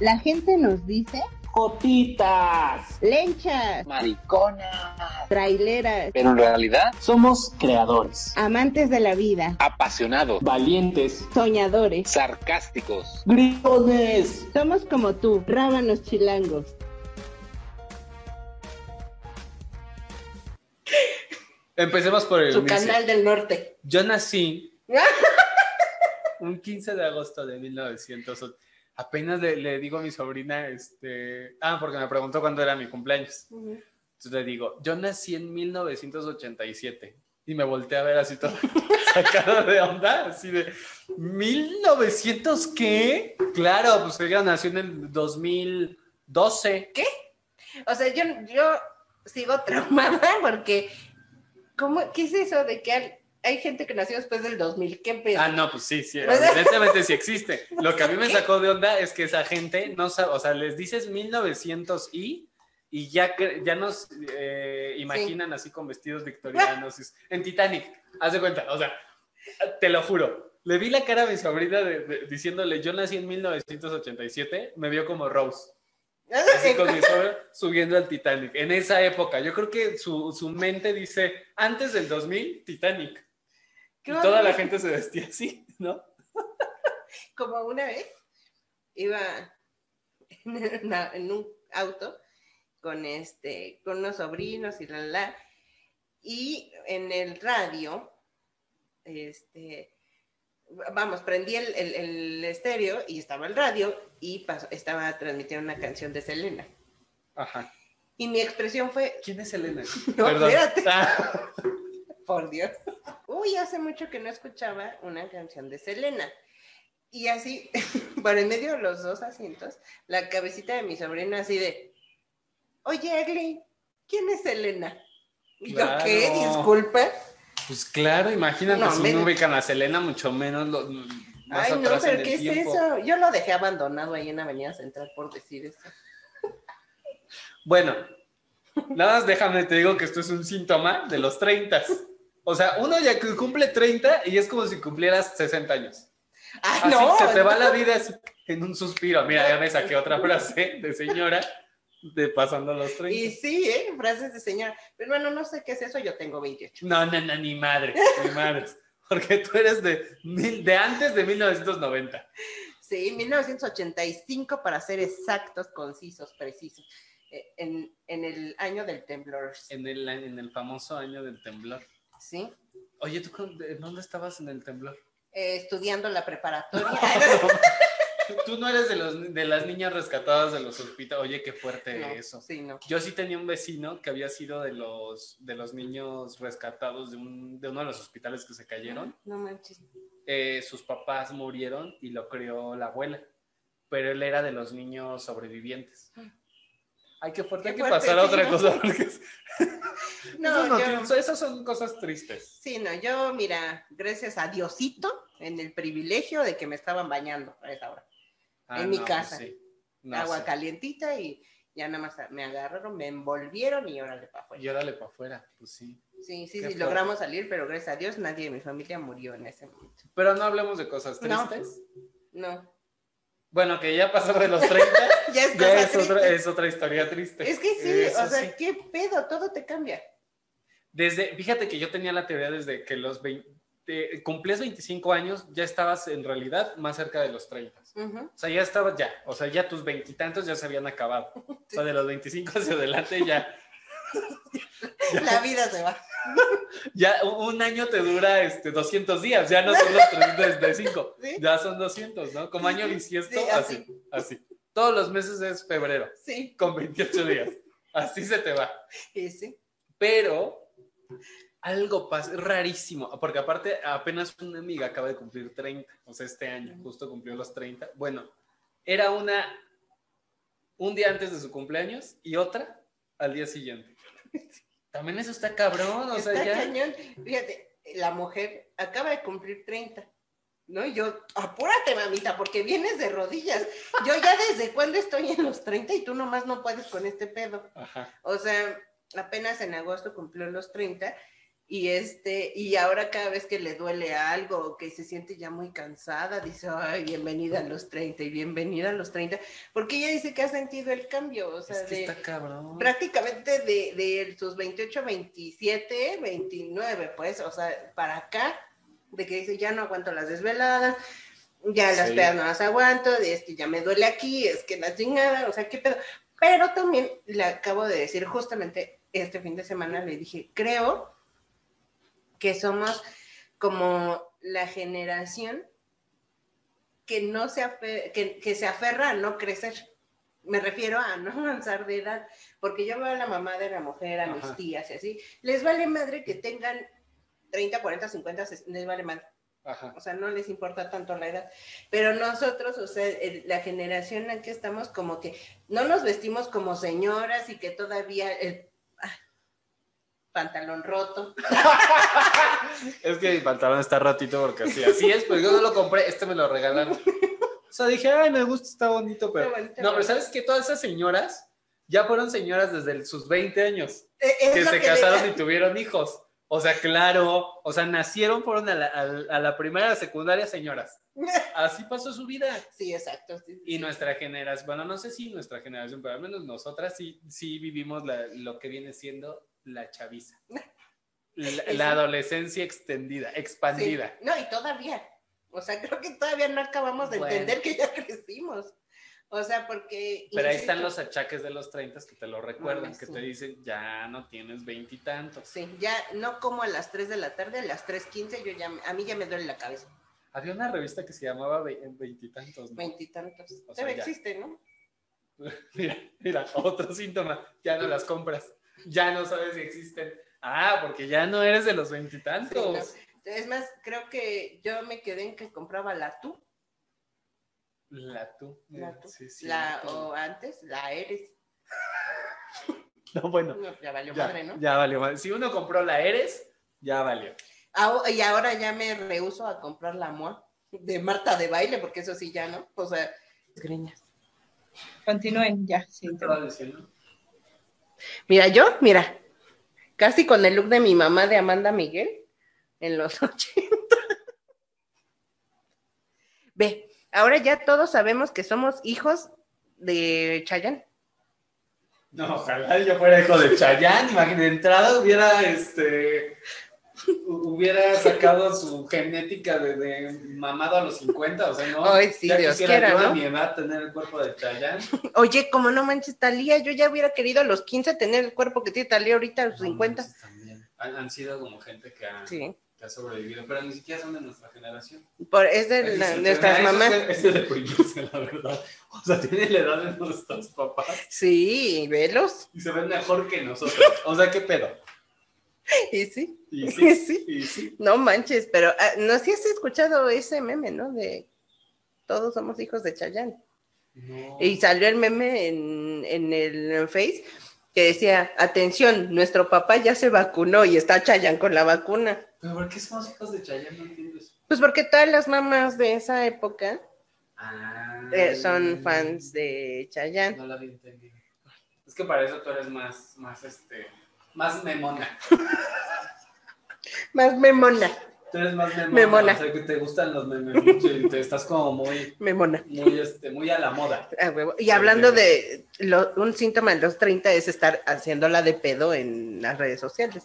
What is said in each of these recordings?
La gente nos dice jotitas, lenchas, mariconas, traileras, pero en realidad somos creadores, amantes de la vida, apasionados, valientes, soñadores, sarcásticos, gritones. Somos como tú, rábanos chilangos. Empecemos por el Su inicio. canal del norte. Yo nací un 15 de agosto de 1900. Apenas le, le digo a mi sobrina, este, ah, porque me preguntó cuándo era mi cumpleaños. Entonces le digo, yo nací en 1987. Y me volteé a ver así todo sacado de onda, así de, ¿1900 qué? Claro, pues ella nació en el 2012. ¿Qué? O sea, yo, yo sigo traumada porque, ¿cómo, ¿qué es eso de que al- hay gente que nació después del 2000? ¿Qué empezó? Ah, no, pues sí, sí, evidentemente sí existe. Lo que a mí me sacó de onda es que esa gente no sabe, o sea, les dices 1900 y y ya, cre- ya nos eh, imaginan así con vestidos victorianos. es- En Titanic, haz de cuenta, o sea, te lo juro. Le vi la cara a mi sobrina de- de- diciéndole, yo nací en 1987, me vio como Rose. Así con mi sobra, subiendo al Titanic. En esa época, yo creo que su, su mente dice, antes del 2000, Titanic. Y Qué toda la horror. gente se vestía así, ¿no? como una vez iba en, una- en un auto con este con unos sobrinos y la la, la y en el radio este vamos prendí el, el- el estéreo y estaba el radio y pasó- estaba transmitiendo una canción de Selena Ajá. y mi expresión fue ¿Quién es Elena? No, espérate. Ah, por Dios uy hace mucho que no escuchaba una canción de Selena y así por en medio de los dos asientos, la cabecita de mi sobrino así de, oye, Egli, ¿quién es Elena? Y yo, Claro. ¿qué? Disculpa. pues claro, imagínate No, si me- no ubican a Selena, mucho menos lo- lo- más Ay, no, atrás en el pero ¿qué es tiempo. eso? Yo lo dejé abandonado ahí en Avenida Central por decir eso. Bueno, nada más déjame, te digo que esto es un síntoma de los 30. O sea, uno ya que cumple 30 y es como si cumplieras 60 años. Así Ay, Ah, no. Ah, se te va la vida así, en un suspiro. Mira, ya me saqué otra frase de señora de pasando los 30. Y sí, ¿eh? Frases de señora. Pero bueno, no sé qué es eso, yo tengo 28. No, no, no, ni madre, ni madres. Porque tú eres de, mil- de antes de 1990. Sí, 1985 para ser exactos, concisos, precisos. Eh, En, en el año del temblor. En el, año- en el famoso año del temblor. Sí. Oye, ¿tú con- de- dónde estabas en el temblor? eh, estudiando la preparatoria. Tú no eres de, los, de las niñas rescatadas de los hospitales. Oye, qué fuerte No, eso. Sí, no. Yo sí tenía un vecino que había sido de los, de los niños rescatados de, un, de uno de los hospitales que se cayeron. No manches. eh, sus papás murieron y lo crió la abuela, pero él era de los niños sobrevivientes. Ay, qué fuerte, Ah. Qué hay que fuerte, pasar a sí, otra ¿no? cosa. porque es- esas, No, yo, noticias- esas son cosas tristes. sí, no, yo, mira, gracias a Diosito en el privilegio de que me estaban bañando a esa hora. En mi casa. Ah, pues sí. No, Agua sí. calientita y ya nada más me agarraron, me envolvieron y órale para afuera. Y órale para afuera, pues sí. Sí, sí, Qué sí, fuerte. logramos salir, pero gracias a Dios nadie de mi familia murió en ese momento. Pero no hablemos de cosas No. tristes. No, Bueno, que ya pasar de los 30 ya es cosa ya es triste. otra, es otra historia triste. Es que sí, Eso o sea, sí. ¿qué pedo? Todo te cambia. Desde, fíjate que yo tenía la teoría desde que los 20, eh, cumplías 25 años, ya estabas en realidad más cerca de los 30. Ujú. O sea, ya estabas ya, o sea, ya tus veintitantos ya se habían acabado. O sea, de los 25 hacia adelante ya, La vida se va. ya u- un año te dura este 200 días, ya no son los 365, Sí. ya son 200, ¿no? Como año bisiesto, Sí, así. así, así. Todos los meses es febrero, Sí, con 28 días. Así se te va. sí, sí. Pero algo pasa, rarísimo, porque aparte apenas una amiga acaba de cumplir 30, o sea, este año, justo cumplió los 30. Bueno, era una, un día antes de su cumpleaños y otra al día siguiente. También eso está cabrón, o sea, Está ya... cañón. Fíjate, la mujer acaba de cumplir 30. ¿No? Y yo, apúrate, mamita, porque vienes de rodillas. Yo ya desde cuándo estoy en los 30 y tú nomás no puedes con este pedo. Ajá. O sea, apenas en agosto cumplió los 30 Y este, y ahora cada vez que le duele algo o que se siente ya muy cansada, dice, ay, bienvenida a los 30 y bienvenida a los 30, porque ella dice que ha sentido el cambio, o sea, es que de- está cabrón. prácticamente de, de sus 28, 27, 29, pues, o sea, para acá, de que dice, ya no aguanto las desveladas, ya las Sí. pedas no las aguanto, es que ya me duele aquí, es que la chingada, o sea, qué pedo. Pero también le acabo de decir, justamente este fin de semana le dije, creo que somos como la generación que no se, afe- que, que se aferra a no crecer. Me refiero a no avanzar de edad, porque yo veo a la mamá de la mujer, a mis Ajá. tías y así, les vale madre que tengan 30, 40, 50, 60, les vale madre. Ajá. O sea, no les importa tanto la edad. Pero nosotros, o sea, el- la generación en que estamos, como que no nos vestimos como señoras y que todavía el ah, pantalón roto. Es que mi pantalón está ratito porque así, así es, pero yo no lo compré, este me lo regalaron. O sea, dije, ay, me gusta, está bonito, pero. Está bonito, no, pero pero- ¿sabes que Todas esas señoras ya fueron señoras desde el- sus 20 años. Eh, es que lo se le- casaron y tuvieron hijos. O sea, claro, o sea, nacieron, fueron a la, a- a la primera, a la secundaria, señoras. Así pasó su vida. Sí, exacto. sí, sí, Y sí. nuestra generación, bueno, no sé si nuestra generación, pero al menos nosotras sí, sí vivimos la- lo que viene siendo la chaviza. La, Sí, sí. la adolescencia extendida, Sí. expandida. No, y todavía. O sea, creo que todavía no acabamos de Bueno. entender que ya crecimos. O sea, porque. Pero ahí insisto, están los achaques de los 30 que te lo recuerdan, Mames, que sí. te dicen, ya no tienes veintitantos. Sí, ya no como a las 3 de la tarde, a las 3.15 yo ya, a mí ya me duele la cabeza. Había una revista que se llamaba Ve- Veintitantos. ¿no? Veintitantos. O sea, Todavía ya. existe, ¿no? Mira, mira, otro síntoma, ya no las compras, ya no sabes si existen. Ah, porque ya no eres de los veintitantos. Sí, Es más, creo que yo me quedé en que compraba la tú, La tú. La tú. Mm, Sí, sí, la, tú. o antes, la eres. No, bueno, No, ya valió ya, madre, ¿no? ya valió. madre. Si uno compró la Eres, ya valió. Aho- y ahora ya me rehuso a comprar la MOA de Marta de baile, porque eso sí ya, ¿no? O sea, greñas. Continúen ya. sí, Estaba diciendo, Mira, yo, mira, casi con el look de mi mamá de Amanda Miguel en los 80. Ve, ahora ya todos sabemos que somos hijos de Chayanne. No, ojalá yo fuera hijo de Chayanne. Imagínate, de entrada hubiera este. hu- Hubiera sacado su genética de, de mamado a los 50, o sea, ¿no? Ay, sí, ya Dios quisiera quiera, yo a ¿no? mi edad tener el cuerpo de Chayanne. Oye, como no manches Talía, yo ya hubiera querido a los 15 tener el cuerpo que tiene Talía ahorita a los 50. manches, también. Han, han sido como gente que ha, Sí, que ha sobrevivido, pero ni siquiera son de nuestra generación. por, es de la- Eso- nuestras eso es- mamás. Eso es, de deprimirse, la verdad. O sea, tienen la edad de nuestros papás Sí, velos. y se ven mejor que nosotros. O sea, ¿qué pedo? Y sí, Y sí, Sí. y sí. no manches, pero ah, no sé si has escuchado ese meme, ¿no? De todos somos hijos de Chayanne. No. Y salió el meme en, en el Face que decía, atención, nuestro papá ya se vacunó y está Chayanne con la vacuna. ¿Pero por qué somos hijos de Chayanne? No entiendo eso. Pues porque todas las mamás de esa época Ah. eh, son fans de Chayanne. No lo había entendido. Es que para eso tú eres más, más, este, más memona. Más memona, Tú eres más memona. Memona. O sea, que te gustan los memes mucho y te estás como muy... memona. muy, este, muy a la moda. A huevo. Y hablando de lo- un síntoma de los 30 es estar haciéndola de pedo en las redes sociales.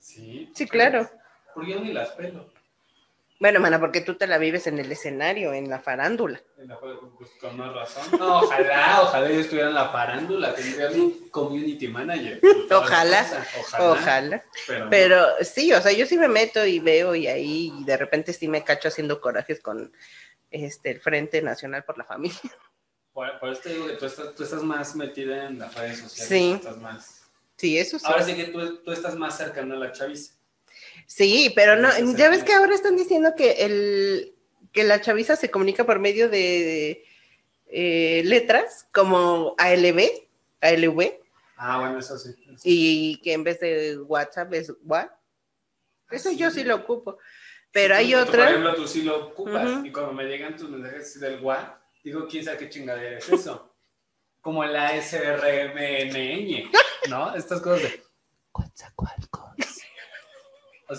Sí. Sí, claro. Porque yo ni las pelo. Bueno, mana, porque tú te la vives en el escenario, en la farándula. En la- pues, con más razón. No, ojalá, ojalá yo estuviera en la farándula, tendría mi community manager. Ojalá, ojalá. Ojalá. Pero, no. Pero sí, o sea, yo sí me meto y veo y ahí y de repente sí me cacho haciendo corajes con este el Frente Nacional por la Familia. Por, por eso te digo que tú estás, tú estás más metida en las redes sociales. Sí. Estás más... Sí, eso sí. Ahora sí que tú, tú estás más cercana a la chaviza. Sí, pero no, Ese es el ya ves tema. que ahora están diciendo que el que la chaviza se comunica por medio de eh, letras como ALB, ALV, Ah, bueno, eso sí. Eso. y que en vez de WhatsApp es WhatsApp. Eso Ah, yo sí lo ocupo. Pero Sí, hay tú, Por otra. ejemplo, tú sí lo ocupas Ujú. y cuando me llegan tus mensajes del WhatsApp, digo, quién sabe qué chingadera es eso. Como la SRMNN, ¿no? Estas cosas de. O sea,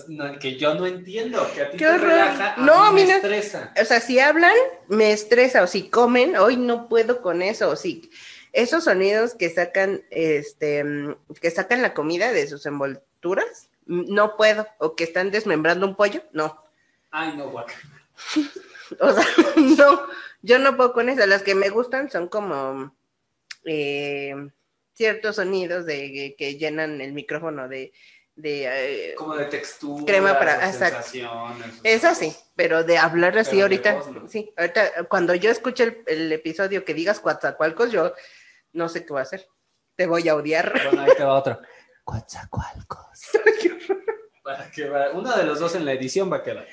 no, que yo no entiendo, que a ti ¡Qué te horror! relaja, a No, mí me mira. estresa. O sea, si hablan, me estresa, o si comen, hoy no puedo con eso, o si esos sonidos que sacan, este, mm, que sacan la comida de sus envolturas, mm, no puedo, o que están desmembrando un pollo, no. Ay, no, guaca. O sea, no, yo no puedo con eso. Las que me gustan son como eh, ciertos sonidos de que, que llenan el micrófono de, de eh, Como de textura. Crema para- o exacto. sensaciones, o Eso sea, sí, pero de hablar así Pero de ahorita, voz, ¿no? sí, ahorita cuando yo escuche el, el episodio que digas Coatzacoalcos, yo no sé qué voy a hacer. Te voy a odiar. Bueno, ahí te va otro. Para que va- uno de los dos en la edición va a quedar.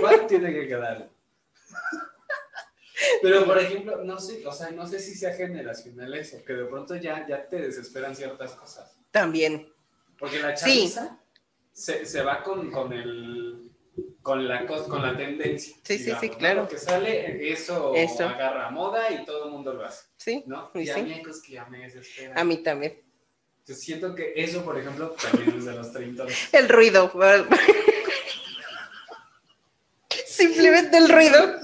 ¿Cuál tiene que quedar? Pero, por ejemplo, no sé, o sea, no sé si sea generacional eso, que de pronto ya, ya te desesperan ciertas cosas. También. Porque la Sí. chaviza se, se va con, con el con la cos- con la tendencia. Sí, sí, digamos, sí, ¿no? claro. Lo que sale, eso, Eso. agarra moda y todo el mundo lo hace, Sí, ¿no? Sí, Y a sí. mí hay cosas que ya me desesperan. a mí también. Yo siento que eso, por ejemplo, también es de los 30. El ruido. Simplemente el ruido,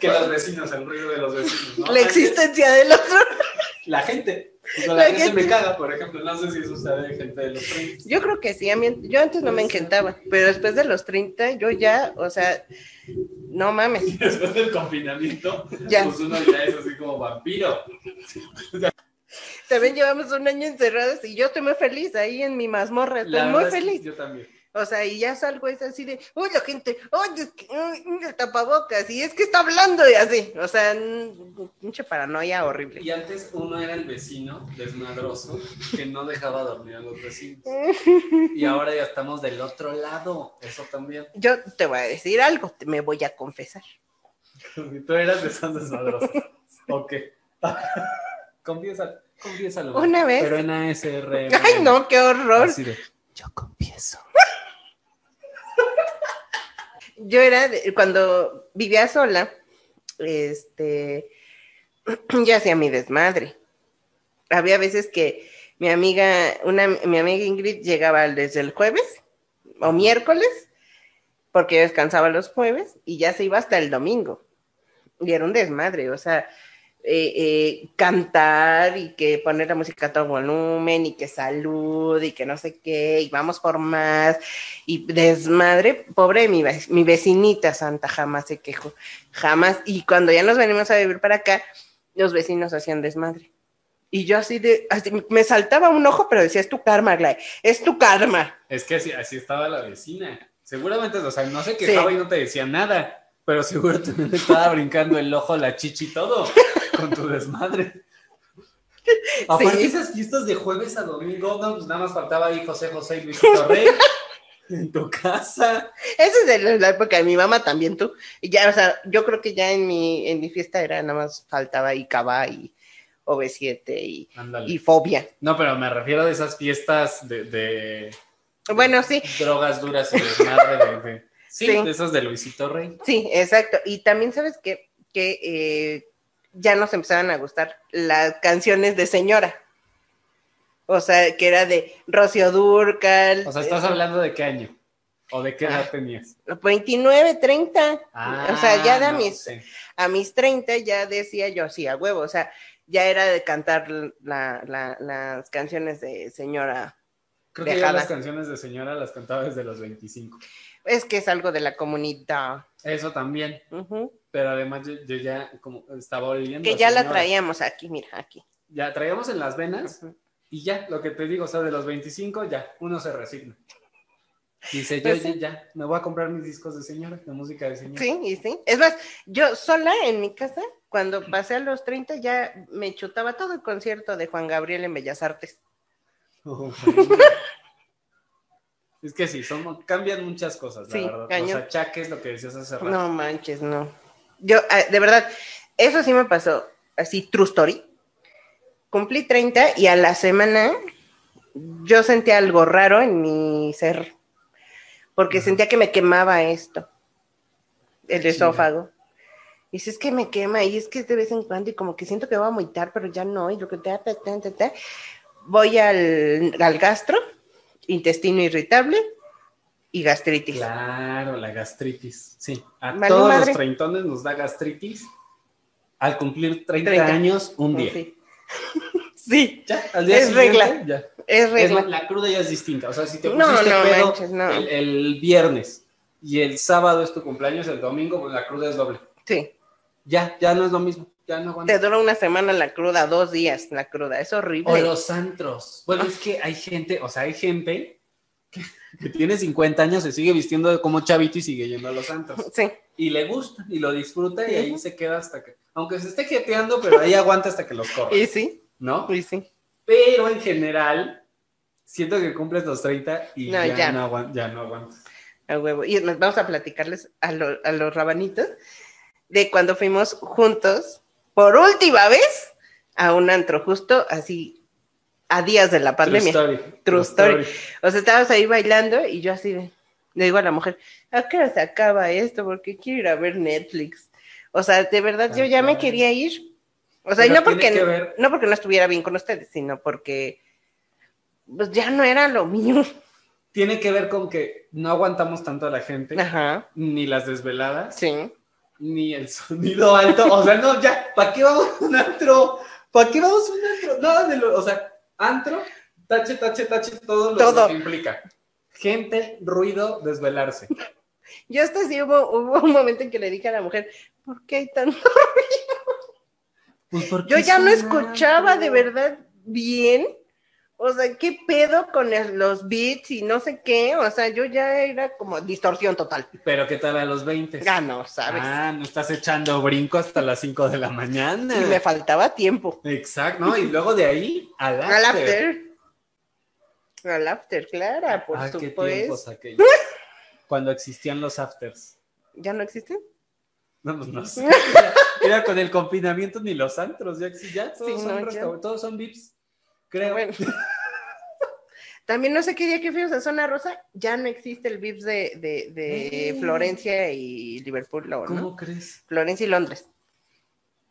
Que los vecinos, el ruido de los vecinos, ¿no? la existencia del otro. La gente. Digo, La la, gente, gente. me caga, por ejemplo. No sé si eso sea de gente de los 30. Yo creo que sí, a mí, yo antes no me encantaba, pero después de los 30, yo ya, o sea, no mames, Después del confinamiento, ya. pues uno ya es así como vampiro. También llevamos un año encerrados y yo estoy muy feliz ahí en mi mazmorra, estoy La muy verdad es que feliz. Yo también. O sea, y ya salgo es así de, uy, la gente, uy, es que, uy, uy, el tapabocas, y es que está hablando y así. O sea, mm, pinche paranoia horrible. Y antes uno era el vecino desmadroso que no dejaba dormir a los vecinos. Y ahora ya estamos del otro lado. Eso también. Yo te voy a decir algo, te- me voy a confesar. Tú eras de esas desmadrosas. Ok. Confiesa, confiésalo. Una vez. Pero en ASRM. Ay, no, qué horror. Así de, Yo confieso. Yo era, de- cuando vivía sola, este, yo hacía mi desmadre. Había veces que mi amiga, una, mi amiga Ingrid llegaba desde el jueves o miércoles, porque yo descansaba los jueves, y ya se iba hasta el domingo. Y era un desmadre, o sea, eh, eh, cantar y que poner la música a todo volumen y que salud y que no sé qué, y vamos por más, y desmadre, pobre de mi, ve- mi vecinita santa, jamás se quejó, jamás. Y cuando ya nos venimos a vivir para acá, los vecinos hacían desmadre. Y yo así de, así, me saltaba un ojo, pero decía, es tu karma, Glay, es tu karma. Es que así, así estaba la vecina. Seguramente, o sea, no se quejaba Sí. y no te decía nada, pero seguro también te estaba brincando el ojo, la chichi y todo con tu desmadre. Aparte, Sí. esas fiestas de jueves a domingo, no, pues nada más faltaba ahí José José y Luisito Rey en tu casa. Esa es de la- la época de mi mamá también, tú. Y ya, o sea, yo creo que ya en mi, en mi fiesta era nada más faltaba Icaba y OV7 y, Ándale. y Fobia. No, pero me refiero a esas fiestas de, de Bueno, sí, drogas duras y desmadre. De, de- sí, Sí. de esas de Luisito Rey. sí, exacto. Y también sabes que, que eh, ya nos empezaban a gustar las canciones de señora. O sea, que era de Rocío Durcal, O sea, ¿estás hablando de qué año? ¿O de qué edad tenías? eh, Ah, 29, 30. Ah. o sea, ya da da mis a mis 30 ya decía yo, sí, a huevo, o sea, ya era de cantar la- la- las canciones de señora. Creo que ya Dejada. las canciones de señora las cantaba desde los 25. Es que es algo de la comunidad. Eso también, Ujú. pero además yo, yo ya como estaba oliendo. Que ya la señora. traíamos aquí, mira, aquí. Ya traíamos en las venas Ujú. y ya, lo que te digo, o sea, de los 25 ya, uno se resigna. Dice, yo, Pues yo ya, me voy a comprar mis discos de señora, de música de señora. Sí, y sí. Es más, yo sola en mi casa, cuando pasé a los 30, ya me chutaba todo el concierto de Juan Gabriel en Bellas Artes. Oh, es que sí, son, cambian muchas cosas, la Sí, verdad. cañón. Los achaques, lo que decías hace rato. No manches, no. Yo, ah, de verdad, eso sí me pasó, así, true story. Cumplí 30 y a la semana yo sentía algo raro en mi ser, porque sentía que me quemaba esto, el Qué chido. esófago. Y si es que me quema, y es que de vez en cuando, y como que siento que voy a vomitar, pero ya no, y lo que te voy al, al gastro, intestino irritable y gastritis. Claro, la gastritis. Sí, a Vale todos madre. los treintones nos da gastritis al cumplir 30, 30. años un día. Oh, Sí. Sí, Ya, al día Es siguiente, regla. ya. es Es regla. más, la cruda ya es distinta. O sea, si te No, pusiste no pedo manches, no. El, el viernes y el sábado es tu cumpleaños, el domingo, pues la cruda es doble. Sí, Ya, ya no es lo mismo. Ya no aguanta. te dura una semana la cruda, dos días la cruda, es O horrible. los antros. Bueno, es que hay gente, o sea, hay gente que, que tiene 50 años, se sigue vistiendo de como chavito y sigue yendo a los antros. Sí, Y le gusta y lo disfruta y ahí se queda hasta que. Aunque se esté jeteando, pero ahí aguanta hasta que los corra, y sí, ¿no? y sí. Pero en general, siento que cumples los 30 y No, ya, ya. No aguan- ya no aguantas. A huevo. Y es más, vamos a platicarles a, lo- a los rabanitos de cuando fuimos juntos por última vez a un antro, justo así a días de la pandemia. True story. True story. O sea, estábamos ahí bailando y yo así de- le digo a la mujer, ¿a qué hora se acaba esto? Porque quiero ir a ver Netflix. O sea, de verdad, yo ya me Ajá. quería ir. O sea, y Pero no porque tiene que no, ver- porque no estuviera bien con ustedes, sino porque pues ya no era lo mío. Tiene que ver con que no aguantamos tanto a la gente, Ajá, ni las desveladas, sí. ni el sonido alto. O sea, no, ya, ¿para qué vamos a un antro? ¿Para qué vamos a un antro? Nada de lo. O sea, antro, tache, tache, tache, todo lo Todo. que implica. Gente, ruido, desvelarse. Yo hasta sí hubo, hubo un momento en que le dije a la mujer, ¿por qué hay tanto? Yo ya no escuchaba de verdad bien. O sea, ¿qué pedo con el- los beats y no sé qué? O sea, yo ya era como distorsión total. Pero ¿qué tal a los 20? Ah, no, ¿sabes? Ah, no estás echando brinco hasta las 5 de la mañana. Y me faltaba tiempo. Exacto, ¿no? Y luego de ahí al after. Al after. Al after, Clara, por Ah, qué tiempos supuesto. aquellos. Cuando existían los afters. ¿Ya no existen? No, pues no sé. Mira, Mira, con el confinamiento ni los antros, ya, exi- ya todos, Sí, son no, ya. restau- todos son VIPs, creo. Bueno. También no sé qué día que fuimos a Zona Rosa, ya no existe el VIPS de, de- de Eh. Florencia y Liverpool, ¿no? ¿Cómo crees? Florencia y Londres.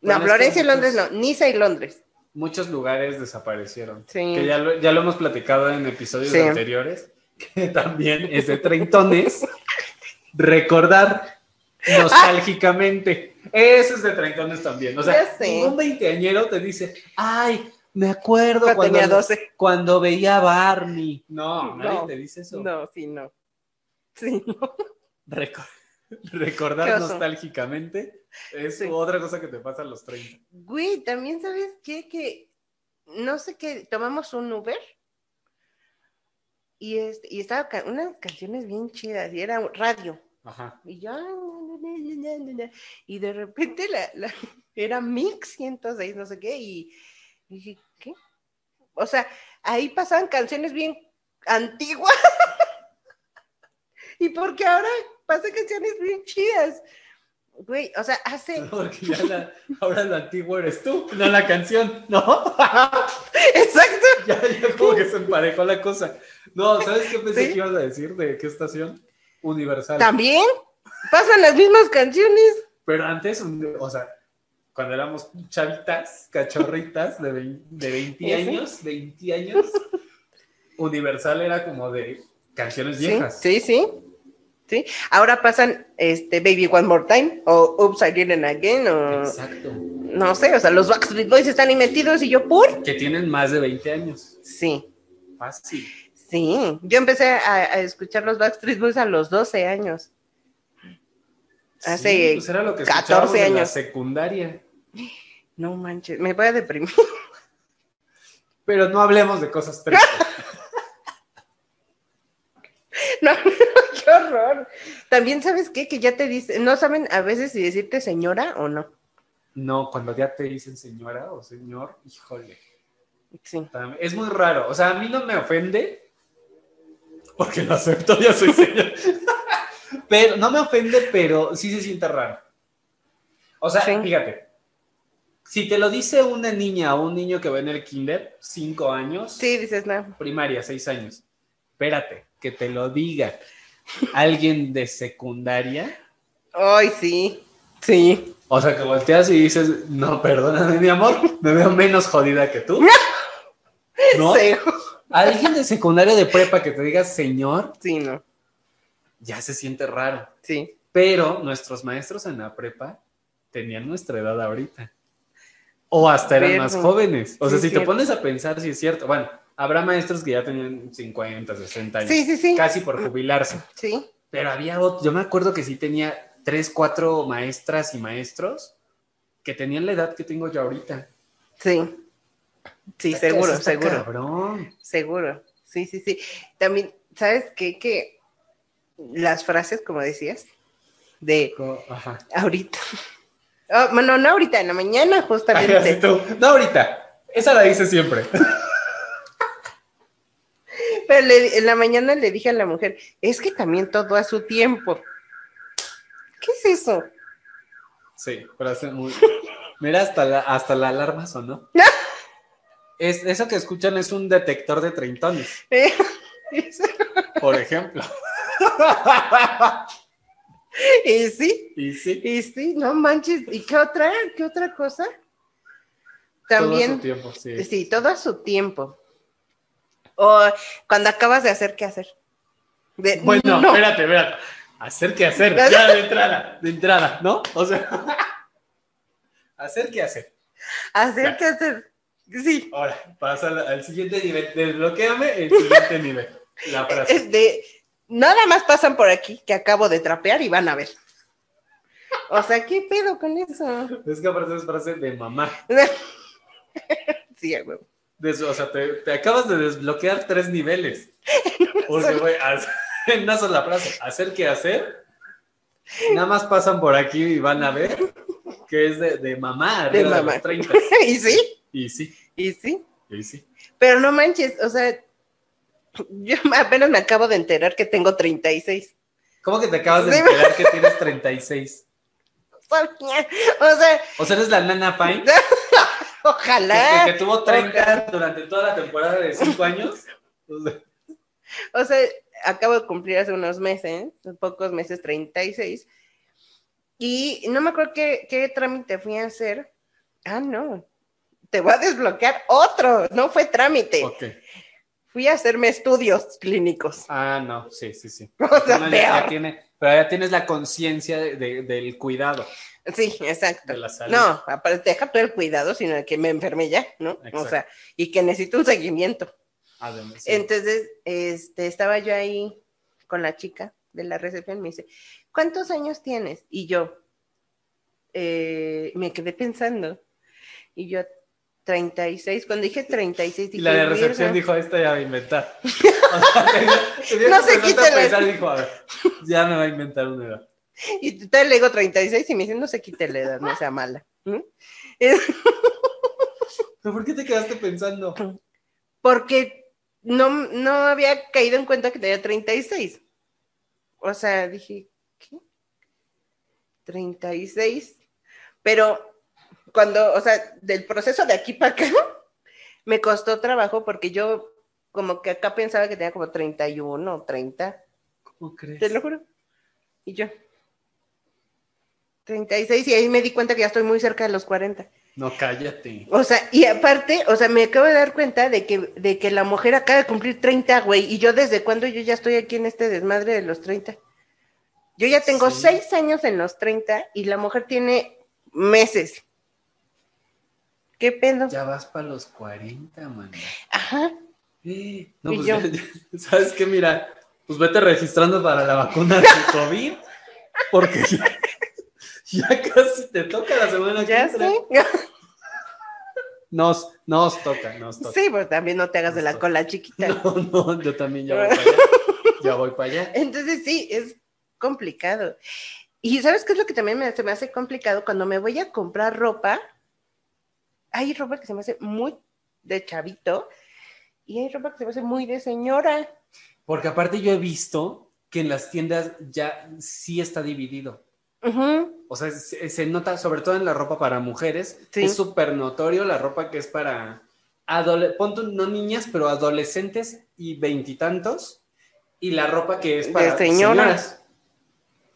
No, Bueno, es que Florencia y Londres muchos- no, Niza y Londres. Muchos lugares desaparecieron. Sí. Que ya lo, ya lo hemos platicado en episodios Sí. anteriores, que también es de treintones recordar nostálgicamente. Eso es de treintones también. O sea, Ya sé. un veinteañero te dice, ay, me acuerdo Cuando cuando, tenía 12. cuando veía a Barney. No, nadie No. te dice eso. No, sí, no. Sí, no. Reco- Qué recordar oso. nostálgicamente es Sí. otra cosa que te pasa a los 30. Güey, también sabes qué? que no sé qué, tomamos un Uber y, este, y estaba ca- unas canciones bien chidas y era radio. Ajá. Y yo, y de repente la, la- era Mix 106, no sé qué, y dije, ¿qué? O sea, ahí pasaban canciones bien antiguas. y porque ahora pasan canciones bien chidas. Güey, o sea, hace, Porque ya la- ahora lo antiguo eres tú, no la canción, ¿no? exacto, ya, ya como que se emparejó la cosa. No, ¿sabes qué pensé ¿Sí? que ibas a decir? ¿De qué estación? Universal. también pasan las mismas canciones. Pero antes, un- o sea, cuando éramos chavitas, cachorritas de vein- de 20, ¿Ese? años, 20 años, Universal era como de canciones Sí, viejas. Sí, sí, sí. Ahora pasan este Baby One More Time o Oops, I Did It Again o Exacto. no sé, o sea, los Backstreet Boys están ahí metidos y yo por. Que tienen más de 20 años. Sí, Fácil. sí. Yo empecé a, a escuchar los Backstreet Boys a los 12 años. Hace Sí, pues era lo que 14 escuchábamos en la Ah, años. secundaria. No manches, me voy a deprimir. Pero no hablemos de cosas tristes. No, qué horror. También sabes qué, que ya te dicen, no saben a veces si decirte señora o no. No, cuando ya te dicen señora o señor, híjole. Sí. Tam- Es muy raro. O sea, a mí no me ofende. Porque lo acepto, ya soy señor. pero no me ofende, pero sí se siente raro. O sea, Sí. fíjate. Si te lo dice una niña o un niño que va en el kinder, cinco años, Sí, dices, no. primaria, seis años. Espérate, que te lo diga alguien de secundaria. Ay, sí. Sí. O sea, que volteas y dices, no, perdóname, mi amor, me veo menos jodida que tú. ¿No? Sí. Alguien de secundaria de prepa que te diga señor, Sí, no. ya se siente raro. Sí. Pero nuestros maestros en la prepa tenían nuestra edad ahorita. O hasta eran Verbo. más jóvenes. O sea, Sí, si es te cierto. pones a pensar, sí es cierto. Bueno, habrá maestros que ya tenían 50, 60 años. Sí, sí, sí. Casi por jubilarse. Sí. Pero había otro, yo me acuerdo que sí tenía tres, cuatro maestras y maestros que tenían la edad que tengo yo ahorita. Sí. Sí, Está- seguro, eso está seguro. Cabrón. Seguro, sí, sí, sí. También, ¿sabes qué? Que las frases, como decías, de Co- Ajá. ahorita. Ah, bueno, no ahorita, en la mañana Así justamente. tú, No ahorita. Esa la dice siempre. Pero le- en la mañana le dije a la mujer, es que también todo a su tiempo. ¿Qué es eso? Sí, frase muy. Mira, hasta la, hasta la alarma sonó. Es, eso que escuchan es un detector de treintones, Eh, es- por ejemplo. y sí, Y sí, y sí, no manches. ¿Y qué otra? ¿Qué otra cosa? todo a su También, tiempo, sí. sí, todo a su tiempo. O cuando acabas de hacer, ¿qué hacer? De, Bueno, eh, no. espérate, espérate. Hacer que hacer, ya de entrada, de entrada, ¿no? O sea, hacer que hacer. Hacer Ya. que hacer. Sí. Ahora, pasa al, al siguiente nivel. Desbloquéame el siguiente nivel. La frase. Es de- nada más pasan por aquí que acabo de trapear y van a ver. O sea, ¿qué pedo con eso? Es que aparte es frase de mamá. Sí, a huevo. Des- o sea, te, te acabas de desbloquear tres niveles. Porque, sola- güey, haz- en una sola frase, hacer que hacer, nada más pasan por aquí y van a ver que es de, de mamá, De arriba de, mamá. los 30. Y sí, Y sí, y sí. y sí. Pero no manches, o sea, yo apenas me acabo de enterar que tengo 36. ¿Cómo que te acabas de Sí. enterar que tienes 36? O sea, O sea, eres la nana Fine, que- que, ojalá. que tuvo 30 durante toda la temporada de 5 años. O sea, O sea, acabo de cumplir hace unos meses, pocos meses, 36. Y no me acuerdo qué, qué trámite fui a hacer. Ah, no. Te voy a desbloquear otro. No fue trámite. ok. Fui a hacerme estudios clínicos. Ah, no, sí, sí, sí. O sea, Uno ya- ya peor. tiene- pero ya tienes la conciencia de- de- del cuidado. Sí, exacto. De la salud. No, aparte, deja todo el cuidado, sino de que me enfermé ya, ¿no? O Exacto. sea, y que necesito un seguimiento. Además, Ah, sí. Entonces, este, estaba yo ahí con la chica de la recepción, me dice, ¿cuántos años tienes? Y yo eh, me quedé pensando, y yo, 36, cuando dije 36, Y dije, la de recepción dijo, "Virga". esta ya va a inventar. O sea, tenía- tenía No que se empezar quita a la- pensar, dijo, a ver, ya me va a inventar una edad. y total le digo 36 y me dice, no se quite la edad, no sea mala. ¿no? ¿Pero por qué te quedaste pensando? porque no, no había caído en cuenta que tenía 36. O sea, dije, ¿qué? 36. Pero cuando, o sea, del proceso de aquí para acá, me costó trabajo porque yo como que acá pensaba que tenía como 31 o 30, ¿Cómo crees? te lo juro. Y yo. 36 y ahí me di cuenta que ya estoy muy cerca de los 40. No, cállate. O sea, y aparte, o sea, me acabo de dar cuenta de que, de que la mujer acaba de cumplir 30, güey, y yo desde cuándo yo ya estoy aquí en este desmadre de los 30. Yo ya tengo Sí. seis años en los 30 y la mujer tiene meses. ¿Qué pedo? Ya vas para los 40, man. Ajá. Eh, No, Y pues, yo. ya- ¿sabes qué? Mira, pues vete registrando para la vacuna de COVID, porque ya, ya casi te toca la semana que Ya entra. sé. Nos, nos toca, nos toca. Sí, pues también no te hagas de la cola chiquita. No, no, yo también ya voy para allá. Ya voy para allá. Entonces sí, es complicado. Y ¿sabes qué es lo que también me, se me hace complicado? Cuando me voy a comprar ropa, hay ropa que se me hace muy de chavito y hay ropa que se me hace muy de señora. Porque aparte yo he visto que en las tiendas ya sí está dividido. Ujú, O sea, se, se nota, sobre todo en la ropa para mujeres, Sí. es súper notorio la ropa que es para, adole- pon tú, no niñas, pero adolescentes y veintitantos, y, la ropa que es De para señoras. señoras.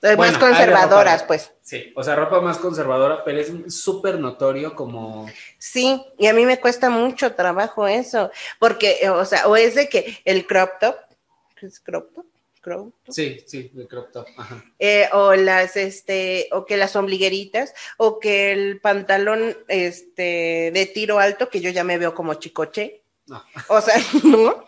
Las Bueno, más conservadoras, pues. Sí, o sea, ropa más conservadora, pero es súper notorio como... Sí, y a mí me cuesta mucho trabajo eso, porque, eh, o sea, o es de que el crop top, ¿es crop top? Crop top, Sí, sí, el crop top. Ajá. eh, o las, este, o que las ombligueritas, o que el pantalón, este, de tiro alto, que yo ya me veo como chicoche. No. O sea, ¿no?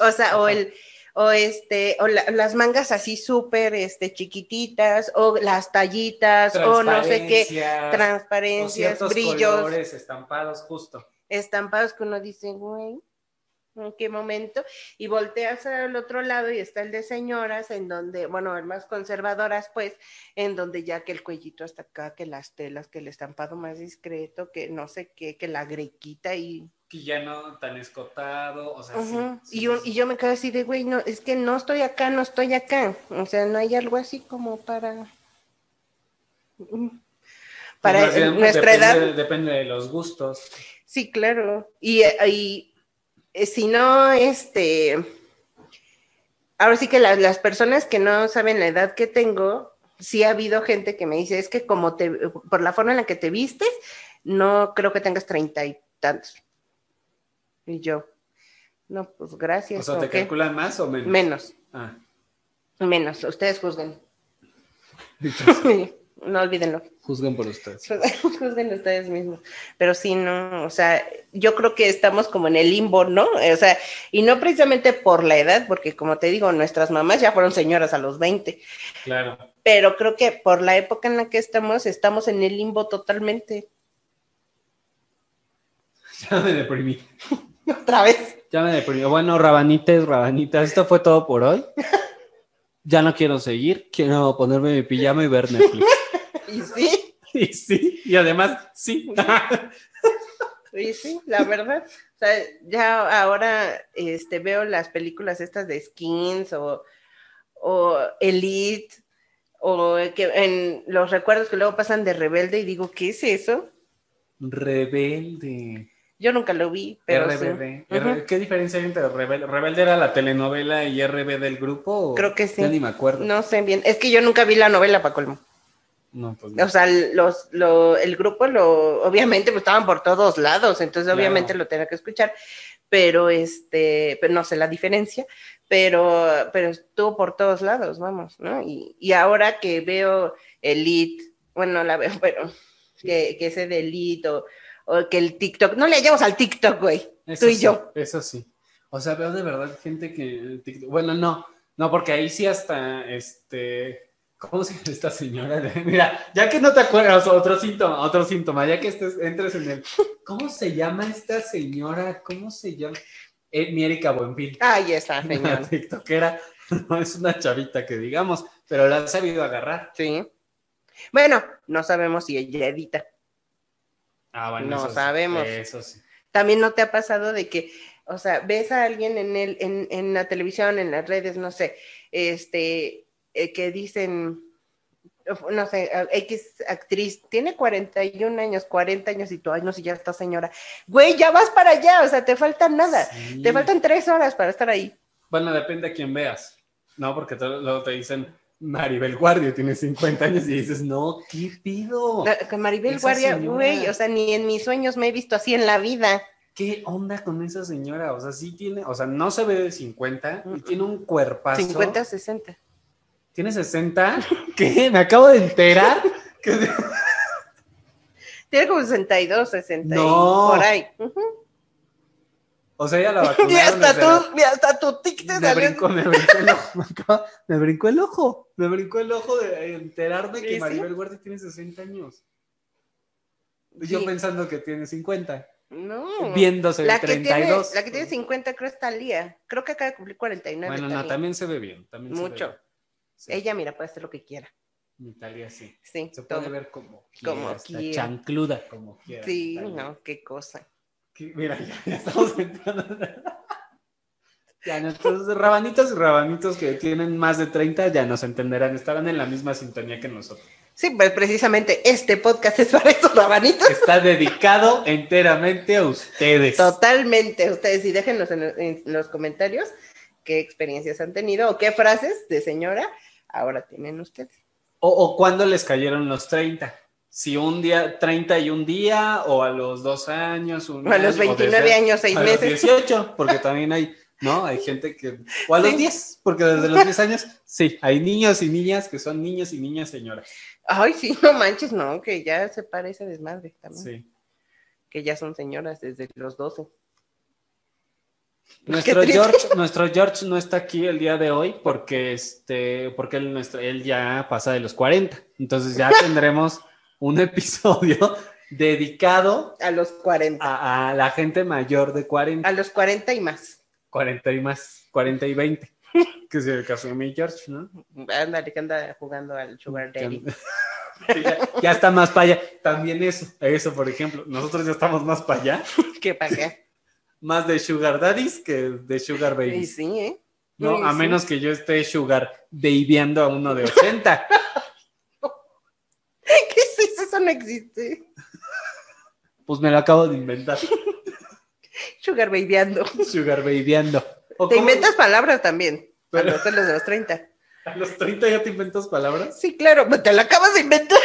O sea, o el, o este, o la- las mangas así súper, este, chiquititas, o las tallitas, o no sé qué, Transparencias, o transparencias, ciertos brillos colores estampados justo. estampados que uno dice, güey, ¿en qué momento? Y volteas al otro lado y está el de señoras, en donde, bueno, el más conservadoras, pues, en donde ya que el cuellito hasta acá, que las telas, que el estampado más discreto, que no sé qué, que la grequita y... Que ya no tan escotado, o sea, Ah, sí, Ujú. sí, y, yo, sí. y yo me quedo así de, güey, no, es que no estoy acá, no estoy acá. O sea, no hay algo así como para... Para Pues Más bien, nuestra depende- edad. Depende de los gustos. Sí, claro. Y, eh, y, eh, si no, este, ahora sí que las, las personas que no saben la edad que tengo, sí ha habido gente que me dice, es que como te, por la forma en la que te vistes, no creo que tengas treinta y tantos. Y yo, no, pues gracias. O sea, ¿o ¿te qué? calculan más o menos? Menos, Ah. menos, ustedes juzguen. no olvídenlo. Juzguen por ustedes. Juzguen ustedes mismos. Pero sí, no, o sea, yo creo que estamos como en el limbo, ¿no? Eh, O sea, y no precisamente por la edad, porque como te digo, nuestras mamás ya fueron señoras a los 20, Claro. pero creo que por la época en la que estamos, estamos en el limbo totalmente. Ya me deprimí. Otra vez. Ya me deprimí. Bueno, rabanites, rabanitas, esto fue todo por hoy. Ya no quiero seguir, quiero ponerme mi pijama y ver Netflix. Y sí, Y sí, y además, sí. y sí, la verdad. O sea, ya ahora este, veo las películas estas de Skins o, o Elite o que en los recuerdos que luego pasan de rebelde y digo, ¿qué es eso? Rebelde. Yo nunca lo vi, pero sí. RBD. Ujú. R- ¿Qué diferencia hay entre Rebelde? ¿Rebelde era la telenovela y RBD del grupo? o? Creo que sí. Ya ni me acuerdo. no sé bien. Es que yo nunca vi la novela, pa' colmo. No, pues no. O sea, los, lo- el grupo lo, obviamente, pues, estaban por todos lados, entonces Claro. obviamente lo tenía que escuchar, pero este, pero no sé la diferencia, pero, pero estuvo por todos lados, vamos, ¿no? Y, y ahora que veo Elite, bueno, no la veo, pero que, que ese de Elite o, o que el TikTok, no le hallamos al TikTok, güey, Eso tú y sí, yo. Eso sí. O sea, veo de verdad gente que. en TikTok- Bueno, no, no, porque ahí sí hasta este. ¿Cómo se llama esta señora? Mira, ya que no te acuerdas, otro síntoma, otro síntoma, ya que estés, entres en el. ¿Cómo se llama esta señora? ¿Cómo se llama? Eh, mi Erika Buenfil. Ay, esa Una señora. TikTokera. No es una chavita que digamos, pero la han sabido agarrar. Sí. Bueno, no sabemos si ella edita. Ah, bueno, No eso sí, sabemos. Eso sí. También no te ha pasado de que, o sea, ves a alguien en el, en, en la televisión, en las redes, no sé, este, eh, que dicen, no sé, a- X actriz, tiene 41 años, 40 años y tú, ay, no sé, ya está señora. Güey, ya vas para allá, o sea, te falta nada. Sí. Te faltan tres horas para estar ahí. Bueno, depende a quién veas, ¿no? Porque te- luego te dicen, Maribel Guardia tiene 50 años y dices, no, ¿qué pido? La- que Maribel Esa Guardia, señora. güey, o sea, ni en mis sueños me he visto así en la vida. ¿Qué onda con esa señora? O sea, sí tiene, o sea, no se ve de 50 y Mm. tiene un cuerpazo. 50, 60. ¿Tiene 60? ¿Qué? Me acabo de enterar. que- Tiene como 62, 60 y No. por ahí. O sea, ella la Y vacunaron. hasta desde tú, mira, hasta tu tic la- te Me salió. brincó, me brincó el ojo. Me, acabo- me brincó el ojo. Me brincó el ojo de enterarme Sí, que sí. Maribel Guardia tiene 60 años. Sí. Yo pensando que tiene 50. No. Viéndose La de que, 32. tiene, la que tiene 50 creo es Talía. Creo que acaba de cumplir 49. Bueno, no, Thalía. también se ve bien. También se ve Mucho. bien. Sí. Ella, mira, puede hacer lo que quiera. Italia sí. Sí, Se puede todo. ver como quiera, Como hasta quiera. chancluda como quiera. Sí, Italia. no, qué cosa. Que- Mira, ya, ya estamos entrando. ya, nuestros rabanitos y rabanitos que tienen más de 30 ya nos entenderán, estarán en la misma sintonía que nosotros. Sí, pues precisamente este podcast es para esos rabanitos. Está dedicado enteramente a ustedes. Totalmente, ustedes, y déjenos en, en los comentarios qué experiencias han tenido o qué frases de señora ahora tienen ustedes. O, o cuándo les cayeron los 30. Si un día, 30 y un día, o a los dos años, un A los año, o desde- 29 años, 6 a meses. los 18, porque también hay, ¿no? Hay gente que. O a los Sí. 10, porque desde los 10 años, sí, hay niños y niñas que son niños y niñas señoras. Ay, sí, no manches, no, que ya se parece desmadre también. Sí. Que ya son señoras desde los 12. Nuestro triste. George, nuestro George no está aquí el día de hoy porque este, porque él, nuestro- él ya pasa de los 40. Entonces ya tendremos un episodio dedicado A los 40. a, a la gente mayor de 40, A los 40 y más. 40 y más, 40 y 20, que es el caso de mi George, ¿no? Ándale, que anda jugando al Sugar Daddy. Que ya, ya está más para allá. También eso, eso por ejemplo, nosotros ya estamos más para allá, Que para acá. más de Sugar Daddies que de Sugar Y Babies. sí, ¿eh? No, Sí, a sí. menos que yo esté sugar babyando a uno de 80. ¿Qué es eso? Eso no existe. Pues me lo acabo de inventar. Sugar babyando. Sugar babyando. ¿O Te cómo? inventas palabras también. Pero- Para hacer los de los 30. ¿A los 30 ya te inventas palabras? Sí, claro, pues te lo acabas de inventar.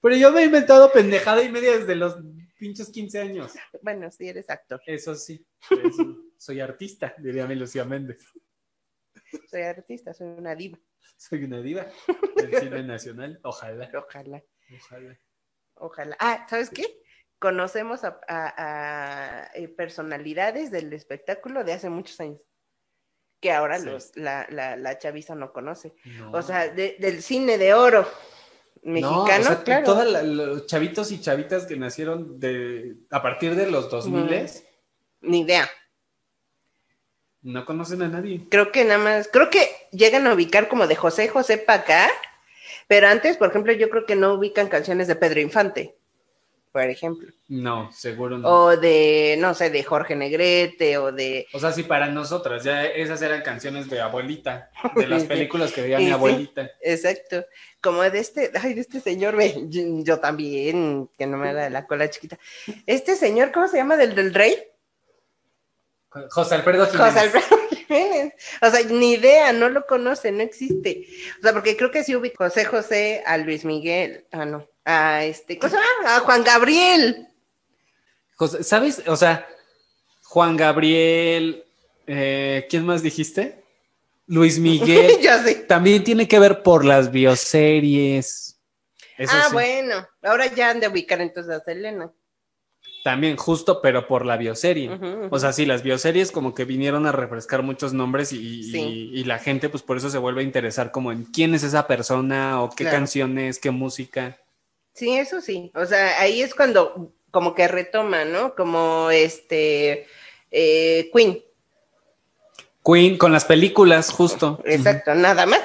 Pero yo me he inventado pendejada y media desde los pinches 15 años. Bueno, sí, eres actor. Eso sí. eso. Soy artista, diría mi Lucía Méndez. Soy artista, soy una diva. Soy una diva del cine nacional. Ojalá, Ojalá, ojalá. ojalá. Ah, ¿sabes qué? Conocemos a, a- a, eh, personalidades del espectáculo de hace muchos años. Que ahora Sí. los, la, la, la chaviza no conoce. No. O sea, de- del cine de oro No, mexicano, o sea, claro. Todos los chavitos y chavitas que nacieron de, a partir de los 2000 Ni idea. no conocen a nadie. creo que nada más, creo que llegan a ubicar como de José José para acá, pero antes, por ejemplo, yo creo que no ubican canciones de Pedro Infante, por ejemplo, No, seguro no. o de, no sé, de Jorge Negrete, o de, O sea, sí, para nosotras, ya esas eran canciones de abuelita, de las Sí, sí. películas que veía Sí, mi sí. abuelita. exacto, como de este, ay, de este señor, ve, yo, yo también, que no me haga la cola chiquita, este señor, ¿cómo se llama? Del del rey, José Alfredo Jiménez. José Alfredo Jiménez. O sea, ni idea, no lo conoce, no existe. O sea, porque creo que sí ubico a José José, a Luis Miguel, ah, no, a este, ¿cómo se llama? A Juan Gabriel. José- ¿Sabes? O sea, Juan Gabriel, eh, ¿quién más dijiste? Luis Miguel. ya sé. También tiene que ver por las bioseries. Eso ah, sí, bueno, ahora ya han de ubicar entonces a Selena. También justo, pero por la bioserie. Ujú, ujú. O sea, sí, las bioseries como que vinieron a refrescar muchos nombres y, y- Sí. y la gente pues por eso se vuelve a interesar como en quién es esa persona o qué Claro. canciones, qué música. Sí, eso sí. O sea, ahí es cuando como que retoma, ¿no? Como este eh, Queen, Queen con las películas, justo. exacto, nada más.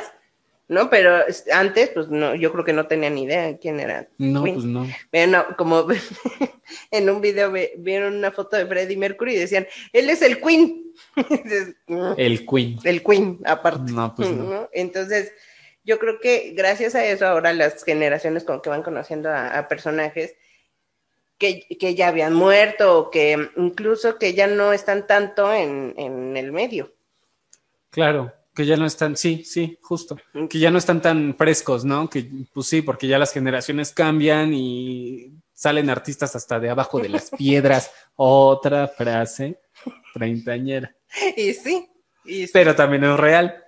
¿No? Pero es- antes, pues no, yo creo que no tenía ni idea de quién era. No, Queen. pues no. Bueno, como en un video ve- vieron una foto de Freddie Mercury y decían, él es el Queen. Dices, "Mm, El Queen. el Queen, aparte. Eh, No, pues no. ¿no? Entonces, yo creo que gracias a eso ahora las generaciones como que van conociendo a, a personajes que, que ya habían muerto o que incluso que ya no están tanto en, en el medio. Claro, que ya no están, sí, sí, justo. Que ya no están tan frescos, ¿no? Que pues sí, porque ya las generaciones cambian y salen artistas hasta de abajo de las piedras. Otra frase treintañera. Y sí, y sí, Pero también es real.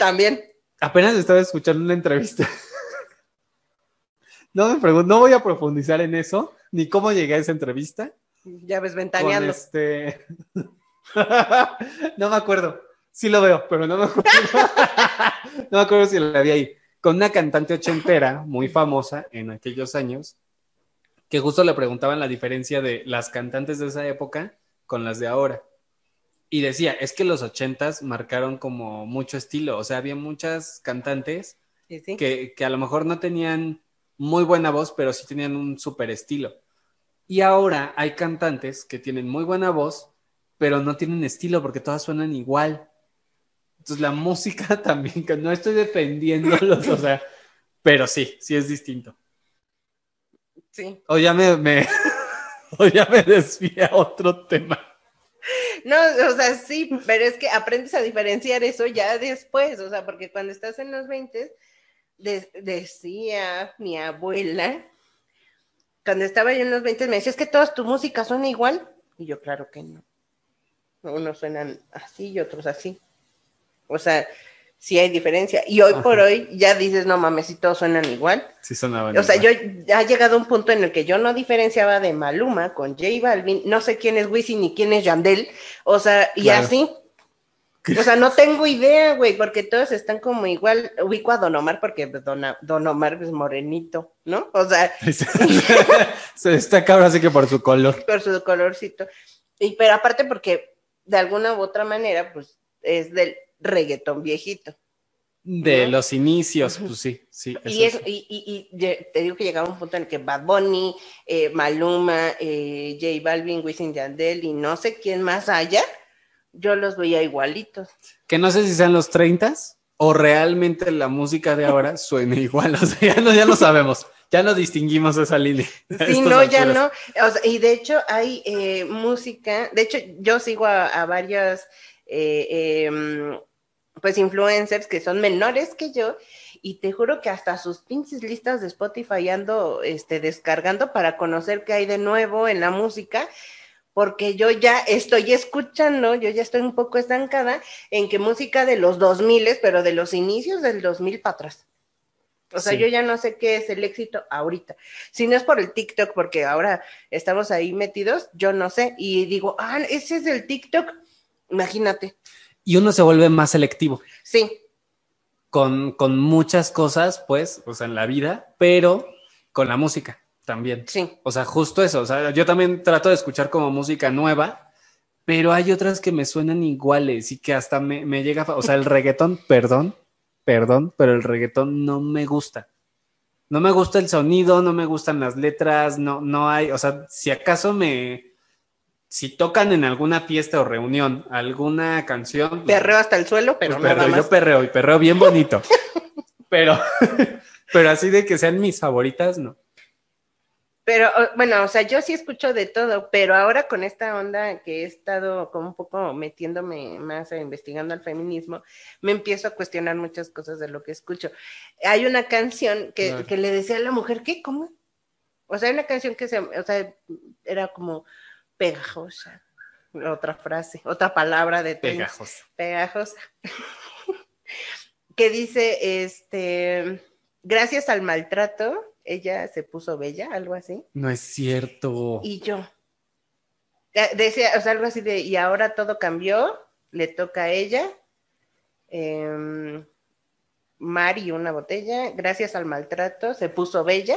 también. Apenas estaba escuchando una entrevista. No me pregun- no voy a profundizar en eso, ni cómo llegué a esa entrevista. Ya ves, Con ventaneando. este. no me acuerdo. Sí lo veo, pero no me acuerdo. no me acuerdo si la vi ahí. Con una cantante ochentera muy famosa en aquellos años, que justo le preguntaban la diferencia de las cantantes de esa época con las de ahora. Y decía, es que los ochentas marcaron como mucho estilo. O sea, había muchas cantantes Y sí. que, que a lo mejor no tenían muy buena voz, pero sí tenían un súper estilo. Y ahora hay cantantes que tienen muy buena voz, pero no tienen estilo porque todas suenan igual. Entonces la música también, que no estoy defendiéndolos, o sea, pero sí, sí es distinto. sí. O ya me, me- o ya me desvía a otro tema. No, o sea, sí, pero es que aprendes a diferenciar eso ya después, o sea, porque cuando estás en los 20, de- decía mi abuela, cuando estaba yo en los 20, me decía, es que todas tu música suena igual. Y yo, claro que no. Unos suenan así y otros así. O sea, sí hay diferencia. Y hoy por Ajá. hoy ya dices, no mames, si todos suenan igual. Sí sonaba. O sea, yo ha llegado un punto en el que yo no diferenciaba de Maluma con J Balvin, no sé quién es Wisin ni quién es Yandel, o sea, y Claro. así. O sea, no tengo idea, güey, porque todos están como igual. Ubico a Don Omar porque pues, Don, Don Omar es morenito, ¿no? O sea, Se destaca ahora sí que por su color. por su colorcito. Y, pero aparte porque de alguna u otra manera, pues es del reggaetón viejito. De Ajá. los inicios, pues sí, sí. Y, eso es, y, y- y ye- te digo que llegaba un punto en el que Bad Bunny, eh, Maluma, eh, J Balvin, Wisin Yandel y no sé quién más haya, yo los veía igualitos. que no sé si sean los 30 o realmente la música de ahora suena igual. O sea, ya no, ya no sabemos. Ya no distinguimos esa línea. a Sí, estas no, ya alturas. no. O sea, y de hecho hay eh, música, de hecho yo sigo a, a varias eh, em, pues influencers que son menores que yo y te juro que hasta sus pinches listas de Spotify ando este, descargando para conocer qué hay de nuevo en la música. Porque yo ya estoy escuchando, yo ya estoy un poco estancada en que música de los 2000, pero de los inicios del 2000 para atrás. O sea, Sí. yo ya no sé qué es el éxito ahorita si no es por el TikTok, porque ahora estamos ahí metidos, yo no sé, y digo, ah, ese es el TikTok, imagínate, Y uno se vuelve más selectivo. sí, con, con muchas cosas, pues, o sea, en la vida, pero con la música también. sí, O sea, justo eso. O sea, yo también trato de escuchar como música nueva, pero hay otras que me suenan iguales y que hasta me, me llega. a fa- O sea, el reggaetón, perdón, perdón, pero el reggaetón no me gusta. No me gusta el sonido, no me gustan las letras, no, no hay. O sea, si acaso me. Si tocan en alguna fiesta o reunión alguna canción. pues, perreo hasta el suelo, pero pues nada perreo, más. yo perreo y perreo bien bonito. pero, pero así de que sean mis favoritas, no. Pero o- bueno, o sea, yo sí escucho de todo, pero ahora con esta onda que he estado como un poco metiéndome más e investigando al feminismo, me empiezo a cuestionar muchas cosas de lo que escucho. Hay una canción que, Claro. que le decía a la mujer, ¿qué? ¿Cómo? O sea, hay una canción que se, o sea, era como pegajosa, otra frase, otra palabra de Tiny Pegajos. pegajosa, que dice, este, gracias al maltrato, ella se puso bella, algo así, No es cierto. y yo. Eh, Decía, o sea, algo así de, y ahora todo cambió, le toca a ella, em, Mari una botella, gracias al maltrato, se puso bella,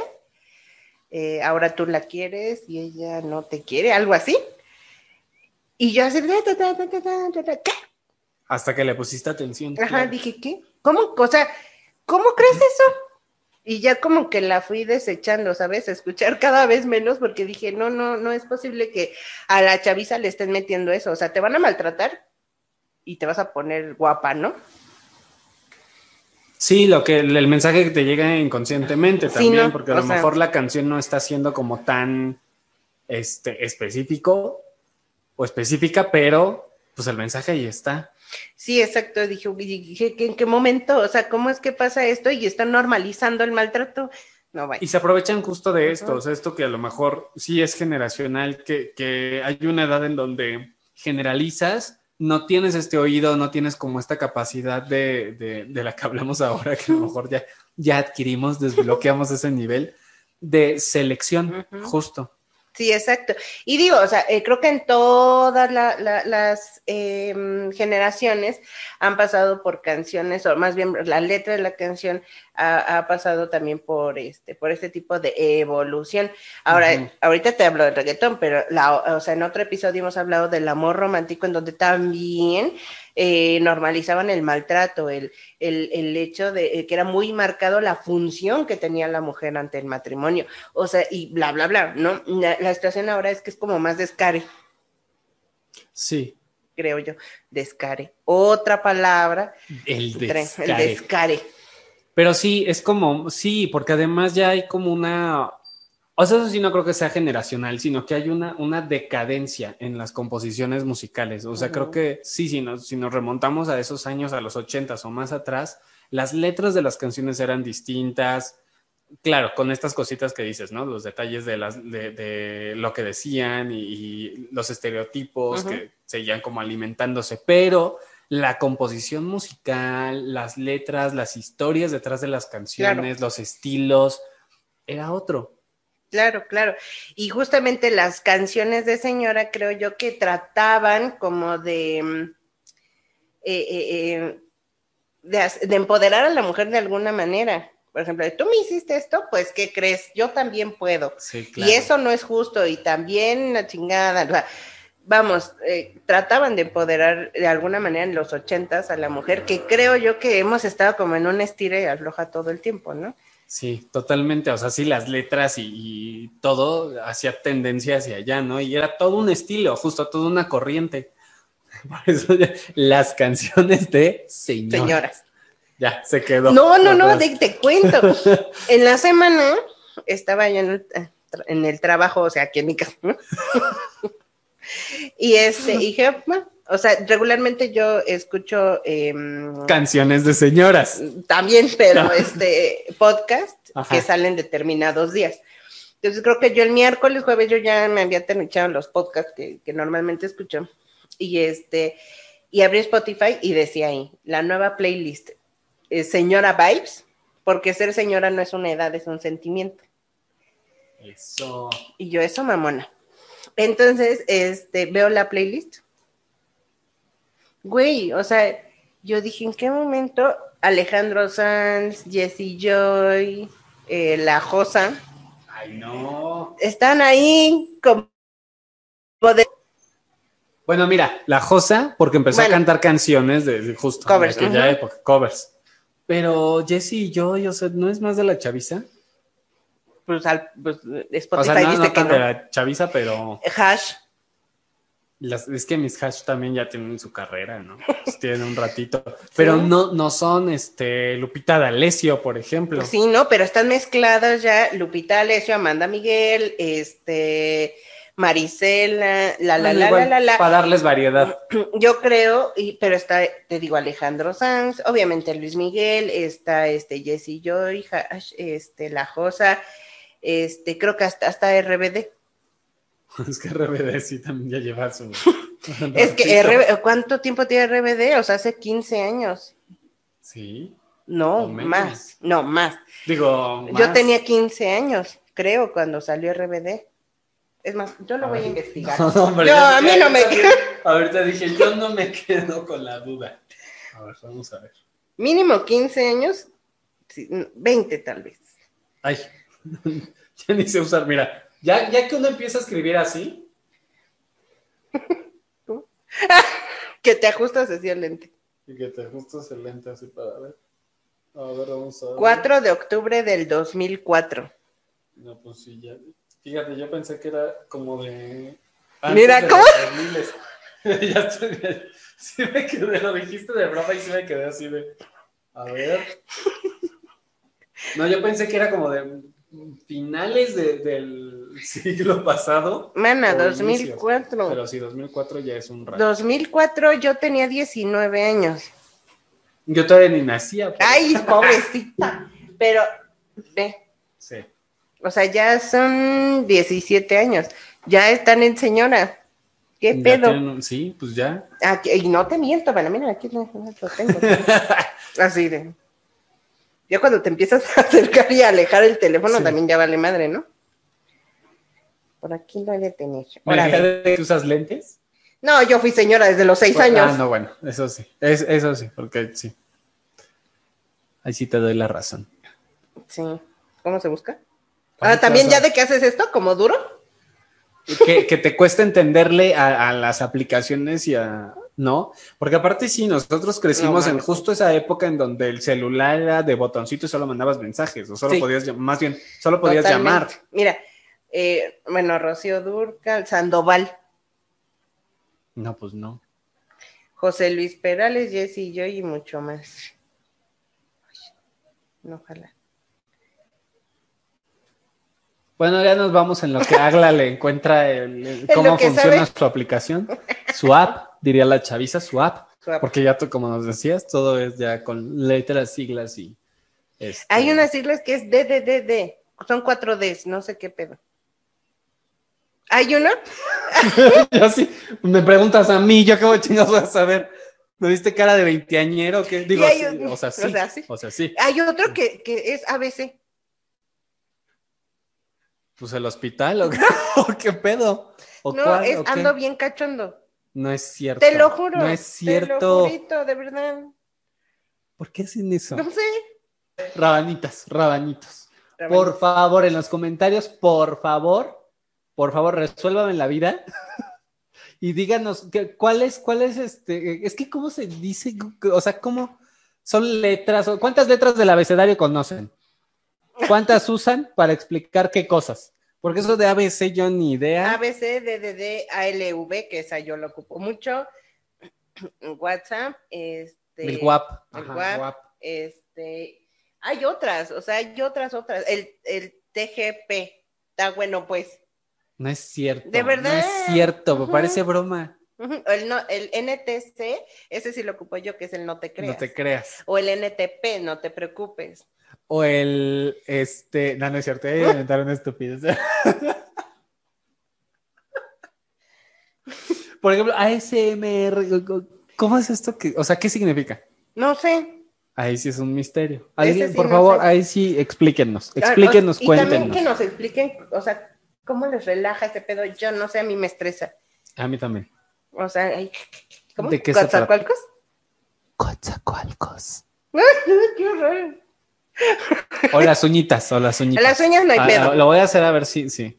eh, ahora tú la quieres y ella no te quiere, algo así. Y yo así, ta, ta, ta, ta, ta, ta, ta, ¿qué? Hasta que le pusiste atención. Ajá, claro. dije, ¿qué? ¿Cómo? O sea, ¿cómo crees eso? Y ya como que la fui desechando, ¿sabes? Escuchar cada vez menos porque dije, no, no, no es posible que a la chaviza le estén metiendo eso. O sea, te van a maltratar y te vas a poner guapa, ¿no? Sí, lo que el mensaje que te llega inconscientemente Sí, también, ¿no? porque a lo O sea- mejor la canción no está siendo como tan este, específico o específica, pero pues el mensaje ahí está. Sí, exacto. Dije, "Uy, dije, ¿en qué momento? O sea, ¿cómo es que pasa esto y están normalizando el maltrato? No, vaya. Y se aprovechan justo de esto, Ajá. o sea, esto que a lo mejor sí es generacional, que, que hay una edad en donde generalizas, no tienes este oído, no tienes como esta capacidad de, de- de la que hablamos ahora, que a lo mejor ya, ya adquirimos, desbloqueamos ese nivel de selección, Ujú. justo. Sí, exacto. Y digo, o sea, eh, creo que en todas la- la- las em, generaciones han pasado por canciones, o más bien la letra de la canción ha, ha pasado también por este, por este tipo de evolución. Ahora, Ujú. ahorita te hablo del reggaetón, pero la, o sea, en otro episodio hemos hablado del amor romántico, en donde también eh, normalizaban el maltrato, el, el, el hecho de eh, que era muy marcado la función que tenía la mujer ante el matrimonio o sea, y bla, bla, bla, ¿no? La, la situación ahora es que es como más descare, Sí, creo yo, descare. Otra palabra, el tres, el descare. descare. Pero sí, es como, sí, porque además ya hay como una, O sea, eso sí no creo que sea generacional, sino que hay una, una decadencia en las composiciones musicales. O sea, Ujú. creo que sí, si nos, si nos remontamos a esos años, a los ochentas o más atrás, las letras de las canciones eran distintas. Claro, con estas cositas que dices, ¿no? Los detalles de, las, de, de lo que decían y, y los estereotipos Ujú. que seguían como alimentándose, pero la composición musical, las letras, las historias detrás de las canciones, los estilos, era otro. Claro, claro. Y justamente las canciones de señora creo yo que trataban como de, mm, eh, eh, eh, de, hac- de empoderar a la mujer de alguna manera. Por ejemplo, tú me hiciste esto, pues ¿qué crees? Yo también puedo. Sí, Y eso no es justo y también la chingada. o sea, vamos, eh, trataban de empoderar de alguna manera en los ochentas a la mujer, que creo yo que hemos estado como en un estira y afloja todo el tiempo, ¿no? Sí, totalmente. O sea, sí, las letras y, y todo hacía tendencia hacia allá, ¿no? Y era todo un estilo, justo toda una corriente. Por eso ya- las canciones de señora. Señoras. Ya se quedó. No, no, no, Las- de- te cuento. En la semana estaba yo en el, en el trabajo, o sea, aquí en mi casa. ¿no? Y este, y dije, "Bueno", o sea, regularmente yo escucho em, Canciones de señoras. también, pero No. este podcast Ajá. que salen determinados días. Entonces creo que yo el miércoles, jueves, yo ya me había terminado los podcasts que, que normalmente escucho. Y este, y abrí Spotify y decía ahí, la nueva playlist, eh, señora Vibes, porque ser señora no es una edad, es un sentimiento. Eso. Y yo, eso, mamona. Entonces, este, veo la playlist. Güey, o sea, yo dije, ¿en qué momento Alejandro Sanz, Jesse Joy, eh, La Josa, Ay, no. están ahí como de Bueno, mira, la Josa, porque empezó Bueno. a cantar canciones de, de justo Covers, de aquella ajá. época, covers. Pero Jesse y yo, yo sé, ¿no es más de la chaviza? pues, al, pues, Spotify O sea, no, dice no que tan no. de la chaviza, pero Hash, las- es que mis hash también ya tienen su carrera, ¿no? Pues tienen un ratito. Pero no, no son este Lupita D'Alessio, por ejemplo. Pues sí, no, pero están mezcladas ya Lupita Alessio, Amanda Miguel, este, Marisela, la la Bueno, la la igual, la la. Para darles variedad. Yo creo, y, pero está, te digo, Alejandro Sanz, obviamente Luis Miguel, está este Jesse Joy, Hash, este La Josa, este, creo que hasta, hasta RBD. Es que RBD sí también ya lleva su. Es que ratito. RBD, ¿cuánto tiempo tiene RBD? O sea, hace 15 años. Sí. No, O menos. más, no, más. Digo. Yo más. tenía 15 años, creo, cuando salió RBD. Es más, yo lo voy a Ay. investigar. No, hombre, No, ya- a mí no me- Ahorita dije, yo no me quedo con la duda. A ver, vamos a ver. Mínimo 15 años, sí, 20 tal vez. Ay, ya ni sé usar, mira. Ya, ya que uno empieza a escribir así, Que te ajustas así el lente. Y que te ajustas el lente así para ver. A ver, vamos a ver. 4 de octubre del 2004. No, pues sí, ya. Fíjate, yo pensé que era como de. Mira, de ¿cómo? los 2000s. ya estoy. Sí me quedé, lo dijiste de broma y sí me quedé así de. A ver. No, yo pensé que era como de finales de- del siglo pasado. Mana, O inicios, 2004. Pero sí, 2004 ya es un rato. 2004 yo tenía 19 años. Yo todavía ni nacía. pero- Ay, pobrecita. Pero, ve, Sí. o sea, ya son 17 años. Ya están en señora. ¿Qué Ya pedo? tienen un- Sí, pues ya. Aquí- y no te miento, para mira, aquí lo, lo tengo. Así de. Ya cuando te empiezas a acercar y a alejar el teléfono, Sí. también ya vale madre, ¿no? Por aquí lo he de tener. ¿Me Órale. dijiste que usas lentes? No, yo fui señora desde los seis Bueno, años. Ah, no, bueno, eso sí. Es, eso sí, porque sí. Ahí sí te doy la razón. Sí. ¿Cómo se busca? Ah, también ya de que haces esto, como duro. Que, que te cuesta entenderle a, a las aplicaciones y a. ¿No? Porque aparte sí, nosotros crecimos No, en mames. justo esa época en donde el celular era de botoncito y solo mandabas mensajes, o solo Sí. podías, llam- más bien, solo podías Totalmente. llamar. Mira, eh, bueno, Rocío Durcal, Sandoval, No, pues no. José Luis Perales, Jessy yo y mucho más. No, ojalá. Bueno, ya nos vamos en lo que Agla le encuentra el, el- lo cómo que funciona sabe. su aplicación, su app, diría la chaviza, su app, Su app. porque ya tú, como nos decías, todo es ya con letras, siglas y... este, Hay unas siglas que es DDDD. Son cuatro Ds, no sé qué pedo. ¿Hay uno? Yo sí, me preguntas a mí, yo cómo chingados voy a saber. ¿Me viste cara de veinteañero? o ¿Qué? Digo, hay sí, un- o sea, sí. o sea, sí. O sea, sí. Hay otro que, que es ABC. Pues el hospital, ¿o qué, ¿O qué pedo? ¿O No, cuál? es ¿O qué? ando bien cachondo. No es cierto. Te lo juro. No es Te cierto. lo jurito, de verdad. ¿Por qué hacen eso? No sé. Rabanitas, rabanitos. Por favor, en los comentarios, por favor, por favor, resuélvame la vida. y díganos, que- ¿cuál es, cuál es este? Es que, ¿cómo se dice? O sea, ¿cómo son letras? o ¿Cuántas letras del abecedario conocen? ¿Cuántas usan para explicar qué cosas? Porque eso de ABC yo ni idea. ABC, DDD, ALV, que esa yo lo ocupo mucho. WhatsApp, este. el guap. el Ajá, guap. guap. Este. Hay otras, o sea, hay otras, otras. El, el TGP. Está bueno, pues. No es cierto. De verdad. No es cierto, me Ujú. parece broma. Ujú, El, no, el NTC, ese sí lo ocupo yo, que es el no te creas. No te creas. O el NTP, no te preocupes. O el, este, no, no es cierto, ya inventaron estupidez. Por ejemplo, ASMR, ¿cómo es esto? Que, o sea, ¿qué significa? No sé. Ahí sí es un misterio. Ese Alguien, sí por no favor, sé. ahí sí explíquenos, Ah, explíquenos, y también cuéntenos. que nos expliquen, o sea, cómo les relaja ese pedo. Yo no sé, a mí me estresa. A mí también. O sea, ay, ¿cómo? ¿De qué se trata? ¿Coatzacoalcos? Coatzacoalcos. ¡Qué horror! O las uñitas, o las A uñitas. las uñas no hay Ah, pedo. lo voy a hacer a ver si, sí.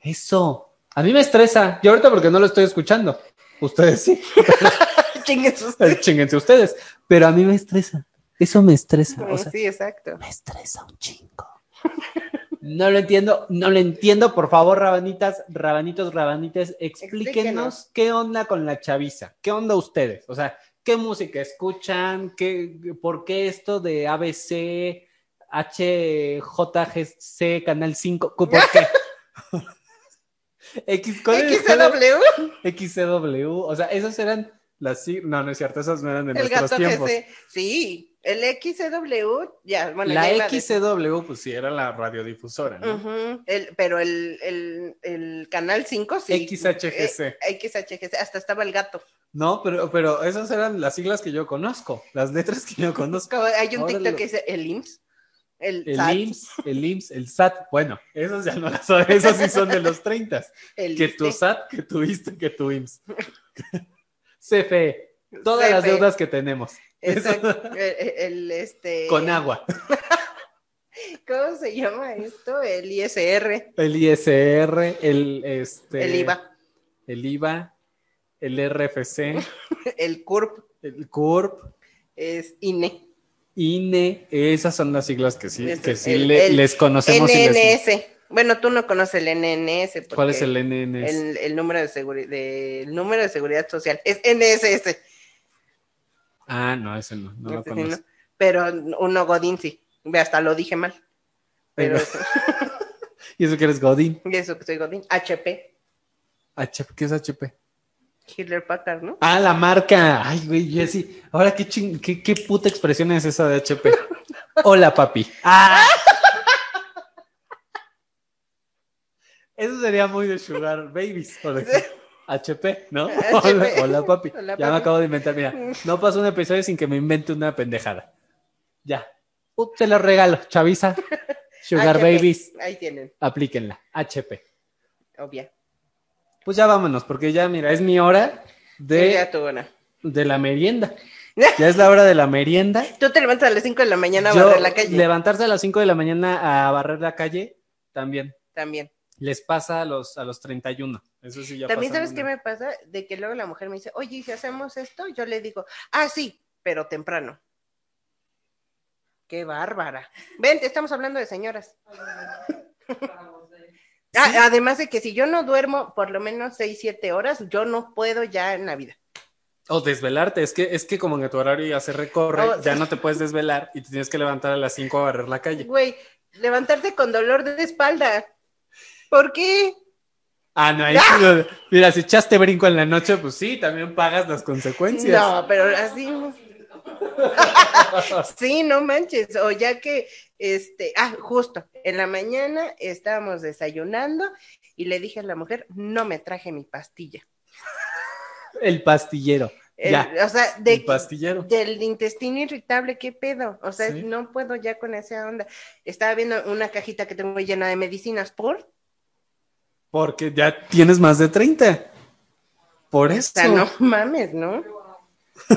Eso. A mí me estresa. Yo ahorita porque no lo estoy escuchando. Ustedes sí. Chinguen sus- Chinguense ustedes. Pero a mí me estresa. Eso me estresa. O sea, sí, exacto. me estresa un chingo. No lo entiendo, no lo entiendo. Por favor, rabanitas, rabanitos, rabanites, explíquenos Explíquenos. qué onda con la chaviza. ¿Qué onda ustedes? O sea, ¿qué música escuchan? ¿Qué, ¿Por qué esto de ABC, HJGC, Canal 5? ¿Por qué? X, ¿cuál es? XCW, XCW. O sea, esas eran las. sig- No, no es cierto, esas no eran de el nuestros gato tiempos. GC. Sí, el XCW, ya, bueno, la ya iba a decir. XCW, pues sí, era la radiodifusora, ¿no? Ujú, el- pero el, el, el canal 5 sí. XHGC. Eh, XHGC, hasta estaba el gato. No, pero, pero esas eran las siglas que yo conozco, las letras que yo conozco. Como hay un Ahora TikTok lo- que dice el IMSS. El, El SAT, IMSS, el IMSS, el SAT. Bueno, esas ya no las son, esas sí son de los 30. el Que tu ISSSTE. SAT, que tuviste, que tu IMSS. CFE, E, todas las CFE. deudas que tenemos. Exacto. El, el- este, Con agua. ¿Cómo se llama esto? El ISR, El ISR, el este. el IVA, El IVA, el RFC, el CURP, el CURP. es E. INE, INE, esas son las siglas que sí, Eso, que sí el- le- el les conocemos. y les- NNS. Bueno, tú no conoces el NNS. E ¿Cuál es porque el NNS? El, el número de seguridad, el número de seguridad social es NSS. Ah, no, ese no, no lo Ese sí, conozco. ¿no? Pero uno Godín sí. Ve, Hasta lo dije mal. Pero- Pero eso, Y eso que eres Godín. eso que soy Godín. HP, HP, ¿Qué es HP? Hitler Packard, ¿no? Ah, la marca. Ay, güey, Jessy. Ahora, ¿qué, ching- qué, qué puta expresión es esa de HP? Hola, papi. Ah. Eso sería muy de Sugar Babies, por ejemplo. HP, ¿no? HP. Hola, hola, papi. Hola, ya me papi. acabo de inventar. Mira, no pasa un episodio sin que me invente una pendejada. Ya. Up, te lo regalo, Chavisa. Sugar HP. Babies, Ahí tienen, aplíquenla. HP. obvia. Pues ya vámonos, porque ya, mira, es mi hora Yo de, ya tuve una. de la merienda. Ya es la hora de la merienda. Tú te levantas a las 5 de la mañana a Yo, barrer la calle. Levantarse a las 5 de la mañana a barrer la calle también También. les pasa a los, a los 31. Eso sí ya También pasa sabes qué una- me pasa de que luego la mujer me dice, oye, ¿y si hacemos esto, yo le digo, ah, sí, pero temprano. Qué bárbara. Vente, estamos hablando de señoras. Ah, Además de que si yo no duermo por lo menos seis, siete horas, yo no puedo ya en la vida. O desvelarte, es que, es que como en tu horario ya se recorre, Oh, ya sí. no te puedes desvelar y te tienes que levantar a las 5 a barrer la calle. Güey, levantarte con dolor de espalda. ¿Por qué? Ah, no, ahí sí lo- Mira, si echaste brinco en la noche, pues sí, también pagas las consecuencias. No, pero así. sí, no manches. O ya que, este, ah, justo, en la mañana estábamos desayunando y le dije a la mujer, no me traje mi pastilla. El pastillero. El- Ya, o sea, de, el pastillero. del intestino irritable, qué pedo. O sea, Sí. no puedo ya con esa onda. Estaba viendo una cajita que tengo llena de medicinas por. Porque ya tienes más de 30. Por O eso. sea, no mames, ¿no?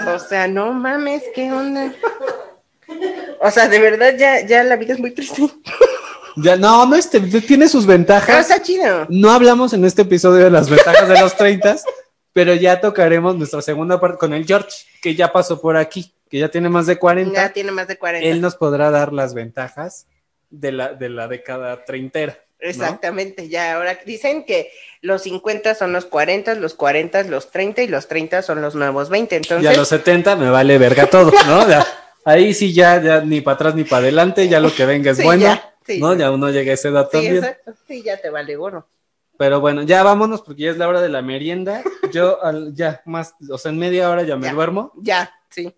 O sea, no mames, ¿qué onda? O sea, de verdad ya, ya la vida es muy triste. Ya, no, no, este, tiene sus Pero ventajas. está chido. No hablamos en este episodio de las ventajas de los 30, pero ya tocaremos nuestra segunda parte con el George, que ya pasó por aquí, que ya tiene más de 40. Ya tiene más de 40. Él nos podrá dar las ventajas de la, de la década treintera. ¿no? Exactamente, ya ahora dicen que los 50 son los 40, los 40 los 30 y los 30 son los nuevos Y 20. a Entonces, los 70 me vale verga todo, ¿no? Ya, ahí sí ya, ya ni para atrás ni para adelante, ya lo que venga es Sí, bueno, ya, sí. ¿no? Ya uno llega a esa edad sí, también. exacto, sí, ya te vale gorro. Pero bueno, ya vámonos porque ya es la hora de la merienda. Yo al- ya más, o sea, en media hora ya me Ya. duermo. Ya, sí.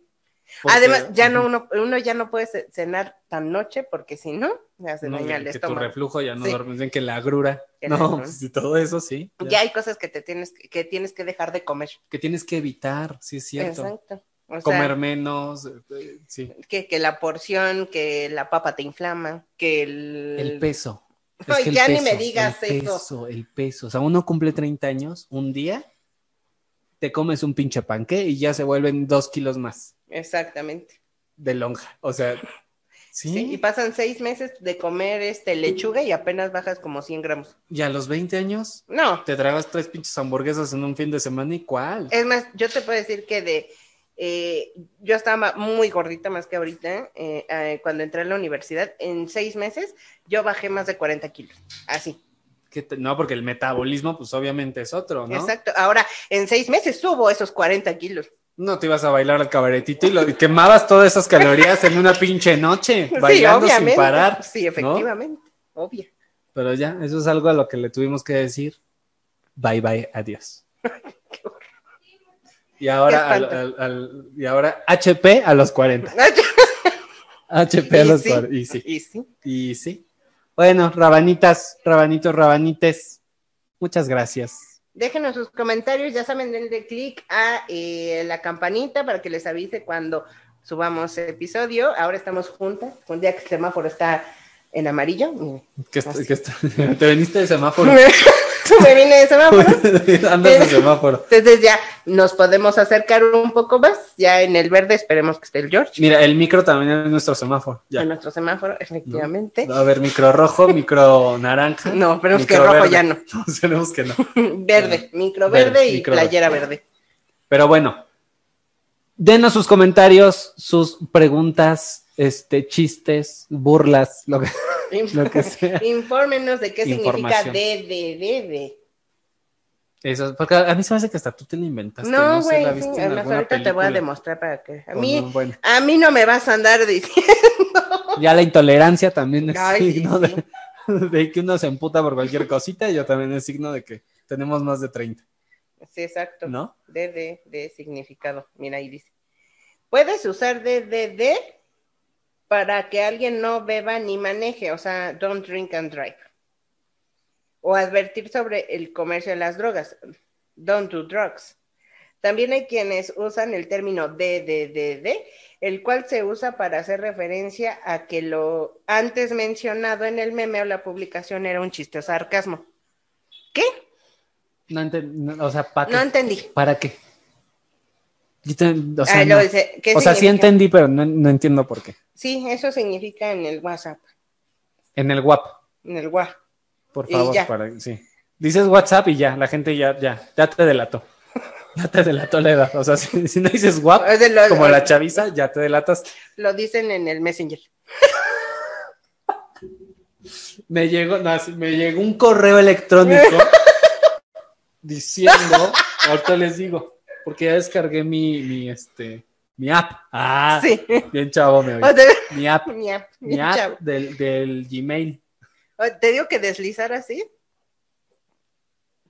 porque- Además, ya no uno, uno ya no puede ce- cenar tan noche porque si no, ya se No, daña el que tu estómago. reflujo ya no Sí. duermes bien, que la agrura. Que la No, agrura. pues, y todo eso sí. ya. Ya hay cosas que te tienes que, que tienes que dejar de comer. Que tienes que evitar, sí es cierto. Exacto. O Comer sea, menos, eh, eh, sí. que, que la porción, que la papa te inflama, que el, El peso. Ay, el ya ni me digas el eso. peso, el peso. O sea, uno cumple 30 años, un día te comes un pinche panque y ya se vuelven dos kilos más Exactamente. de lonja. O sea, sí. Sí, Y pasan seis meses de comer este lechuga y apenas bajas como 100 gramos. Y a los 20 años No, te tragas tres pinches hamburguesas en un fin de semana y cuál. es más, yo te puedo decir que de... eh, yo estaba muy gordita más que ahorita eh, eh, cuando entré a la universidad. En seis meses yo bajé más de 40 kilos. Así. Que te- no, porque el metabolismo, pues obviamente es otro, ¿no? Exacto. Ahora, en seis meses subo esos 40 kilos. No te ibas a bailar al cabaretito y, lo, y quemabas todas esas calorías en una pinche noche, bailando sin parar. Sí, efectivamente. Obvio. Pero ya, eso es algo a lo que le tuvimos que decir. Bye bye, adiós. Y ahora, Qué al- espanto. al- al- y ahora HP a los 40. HP a Y los sí. 40. Y sí. Y sí. Y sí. Bueno, rabanitas, rabanitos, rabanites. Muchas gracias. Déjenos sus comentarios, ya saben, denle click a eh, la campanita para que les avise cuando subamos episodio. Ahora estamos juntas, un día que el semáforo está en amarillo. mire. Que est- Así. que est- te viniste de semáforo. Me vine de semáforo. Andas de semáforo. Entonces ya nos podemos acercar un poco más, ya en el verde esperemos que esté el George Mira, el micro también es nuestro semáforo. Ya. en nuestro semáforo, efectivamente. Va a haber micro rojo, micro naranja. No, esperemos que micro rojo verde. ya no. Esperemos que no. Verde, micro Verde, verde, y micro verde. playera verde. Pero bueno, denos sus comentarios, sus preguntas, este, chistes, burlas, lo que, lo que sea. Infórmenos de qué significa Información. DDDD. Eso, porque a mí se me hace que hasta tú te la inventaste. No, sé, güey, la sí, viste a en lo mejor alguna ahorita te voy a película. demostrar para que. A O mí, no, bueno. a mí no me vas a andar diciendo. Ya la intolerancia también es Ay, sí, signo sí. de, de que uno se emputa por cualquier cosita. Yo también es signo de que tenemos más de 30, Sí, exacto. ¿no? DD de significado. Mira, ahí dice. Puedes usar DDD para que alguien no beba ni maneje, o sea, don't drink and drive. O advertir sobre el comercio de las drogas, don't do drugs. También hay quienes usan el término DDDD, el cual se usa para hacer referencia a que lo antes mencionado en el meme o la publicación era un chiste o sarcasmo. ¿Qué? No enten- no, o sea, ¿para No qué? entendí. ¿Para qué? Yo te- o sea, Ah, luego no. dice, ¿qué O sea, sí significa? entendí, pero no, no entiendo por qué. Sí, eso significa en el WhatsApp, En el guapo. en el WhatsApp. Por Y favor, ya. para, sí. Dices WhatsApp y ya, la gente ya, ya, ya te delató. Ya te delató la edad. O sea, si, si no dices WhatsApp, lo, como la chaviza, ya te delatas. lo dicen en el Messenger. Me llegó, no, sí, me llegó un correo electrónico diciendo, ahorita les digo, Porque ya descargué mi, mi, este, mi app. Ah, Sí. bien chavo me oí. O te, Mi app, Ñap, mi ñap, app chavo. del, del Gmail. O te digo que deslizar así.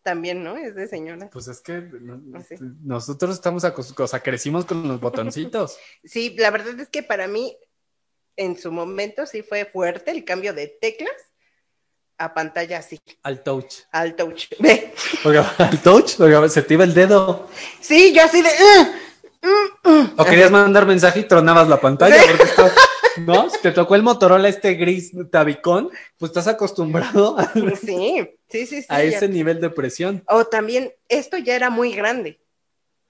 También, ¿no? Es de señora. Pues es que no- Así. nosotros estamos acostumbrados, o sea, crecimos con los botoncitos. Sí, la verdad es que para mí, en su momento, sí fue fuerte el cambio de teclas a pantalla así, Al touch. al touch. Ve. Porque- al touch, porque se te iba el dedo. Sí, yo así de. "Uh, uh, uh". O querías mandar mensaje y tronabas la pantalla. Porque estaba- ¿No? Si te tocó el Motorola este gris tabicón, pues estás acostumbrado a, Sí, sí, sí. sí a ya. ese nivel de presión. O también, esto ya era muy grande.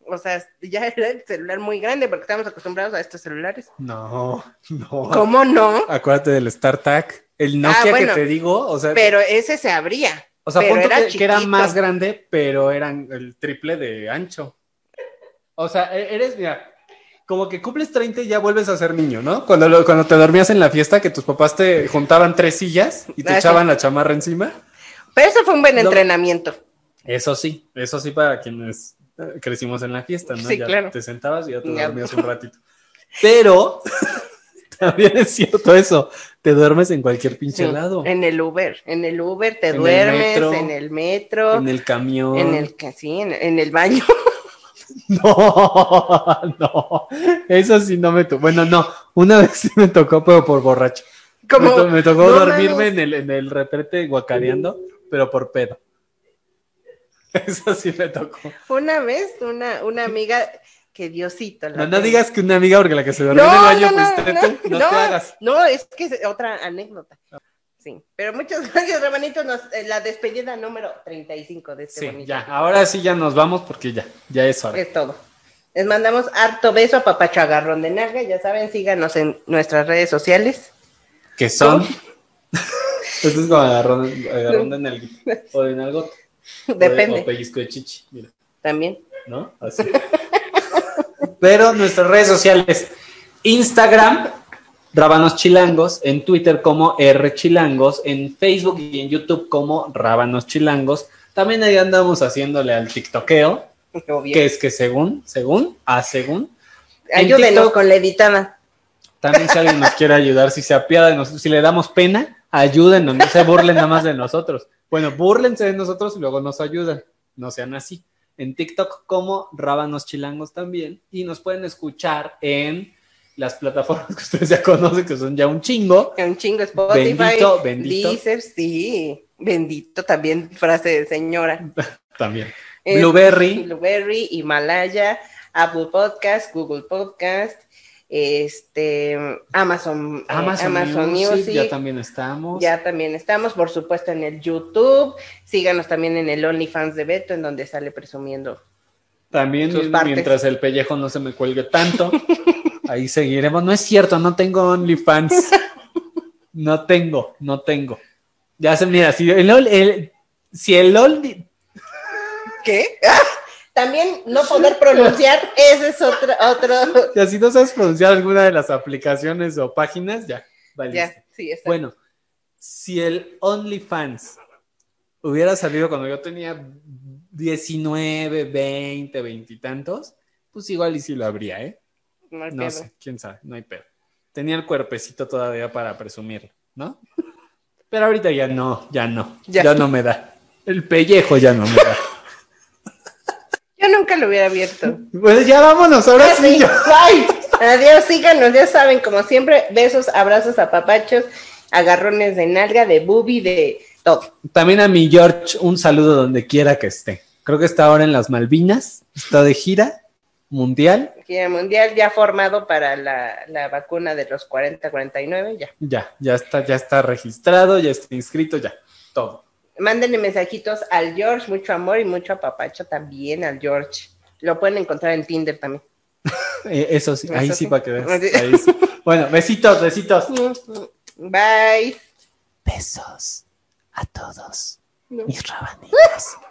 O sea, ya era el celular muy grande porque estábamos acostumbrados a estos celulares. No, no. ¿Cómo no? Acuérdate del StarTAC. El Nokia Ah, bueno. que te digo, o sea, Pero ese se abría. o sea pero punto era que, que era chiquito. más grande, pero eran el triple de ancho. O sea, e- eres, mira, como que cumples 30 y ya vuelves a ser niño, ¿no? Cuando, lo- cuando te dormías en la fiesta, que tus papás te juntaban tres sillas y te Ah, sí. echaban la chamarra encima. Pero eso fue un buen No. entrenamiento. Eso sí, eso sí para quienes eh, crecimos en la fiesta, ¿no? Sí, Ya claro. Te sentabas y ya te Ya. dormías un ratito. Pero también es cierto eso, te duermes en cualquier Sí, pinche lado. En el Uber. En el Uber te En el duermes, metro. en el metro, En el camión. en el, que sí, en, en el baño. No, no. Eso sí no me tocó. Bueno, no. Una vez sí me tocó, pero por borracho. Como, me, to- me tocó no dormirme mames. en el, en el retrete guacareando, pero por pedo. Eso sí me tocó. Una vez, una, una amiga que Diosito. la No, no tenga. digas que una amiga, porque la que se durmió en el baño fuiste tú. No, te hagas. Ah. no, es que es otra anécdota. Sí, pero muchas gracias, Ramanito. Nos, eh, la despedida número 35 de este Sí, bonito. ya. Ahora sí ya nos vamos porque ya, ya es hora. Es todo. Les mandamos harto beso a Papacho Agarrón de Narga. Ya saben, síganos en nuestras redes sociales. Que son. Esto es como agarrón, agarrón de nalguita. O de nalgota. O de- Depende O pellizco de chichi. Mira. también. ¿no? Así. Pero nuestras redes sociales, Instagram, Rábanos Chilangos, en Twitter como R Chilangos, en Facebook y en YouTube como Rábanos Chilangos. También ahí andamos haciéndole al TikTokeo, Obvio. que es que según, según, a según. en Ayúdenos TikTok. con la editada. También si alguien nos quiere ayudar, si se apiada de nosotros, si le damos pena, ayúdenos, no se burlen nada más de nosotros. Bueno, búrlense de nosotros y luego nos ayudan, no sean así. En TikTok como Rábanos Chilangos también y nos pueden escuchar en las plataformas que ustedes ya conocen, que son ya un chingo. Un chingo Spotify. Bendito, bendito. Deezer, sí. Bendito también, frase de señora. También. Eh, Blueberry, Blueberry, Himalaya, Apple Podcast, Google Podcast, este, Amazon, eh, Amazon, Music, ya también estamos. Ya también estamos, por supuesto, en el YouTube. Síganos también en el OnlyFans de Beto, en donde sale presumiendo. También Sus partes. mientras el pellejo no se me cuelgue tanto, ahí seguiremos. No es cierto, no tengo OnlyFans. No tengo, no tengo. Ya se mira, si el, Only- el- si el Only- ¿Qué? También no poder pronunciar, ese es otro, otro. ya si no sabes pronunciar alguna de las aplicaciones o páginas, ya, vale. Ya, sí, está. Bueno, si el OnlyFans hubiera salido cuando yo tenía 19, 20, 20 y tantos, pues igual y si lo habría, ¿eh? no hay No pedo. sé, quién sabe, no hay pedo. Tenía el cuerpecito todavía para presumirlo, ¿no? Pero ahorita ya no, ya no, Ya. ya, no me da. El pellejo ya no me da. Yo nunca lo hubiera abierto. bueno, Pues ya vámonos, ahora Ya sí. sí. yo- Bye. Adiós, síganos, ya saben, como siempre, besos, abrazos a papachos, agarrones de nalga, de booby, de todo. También a mi George, un saludo donde quiera que esté. Creo que está ahora en las Malvinas, está de gira mundial. Gira mundial ya formado para la, la vacuna de los 40-49, ya. Ya, ya está, ya está registrado, ya está inscrito, ya, todo. Mándenle mensajitos al George, mucho amor y mucho apapacho también al George. Lo pueden encontrar en Tinder también. Eh, eso sí, ahí Eso sí sí. para que veas. Así. ahí sí. Bueno, besitos, besitos. Bye. Besos a todos No. mis rabanitos.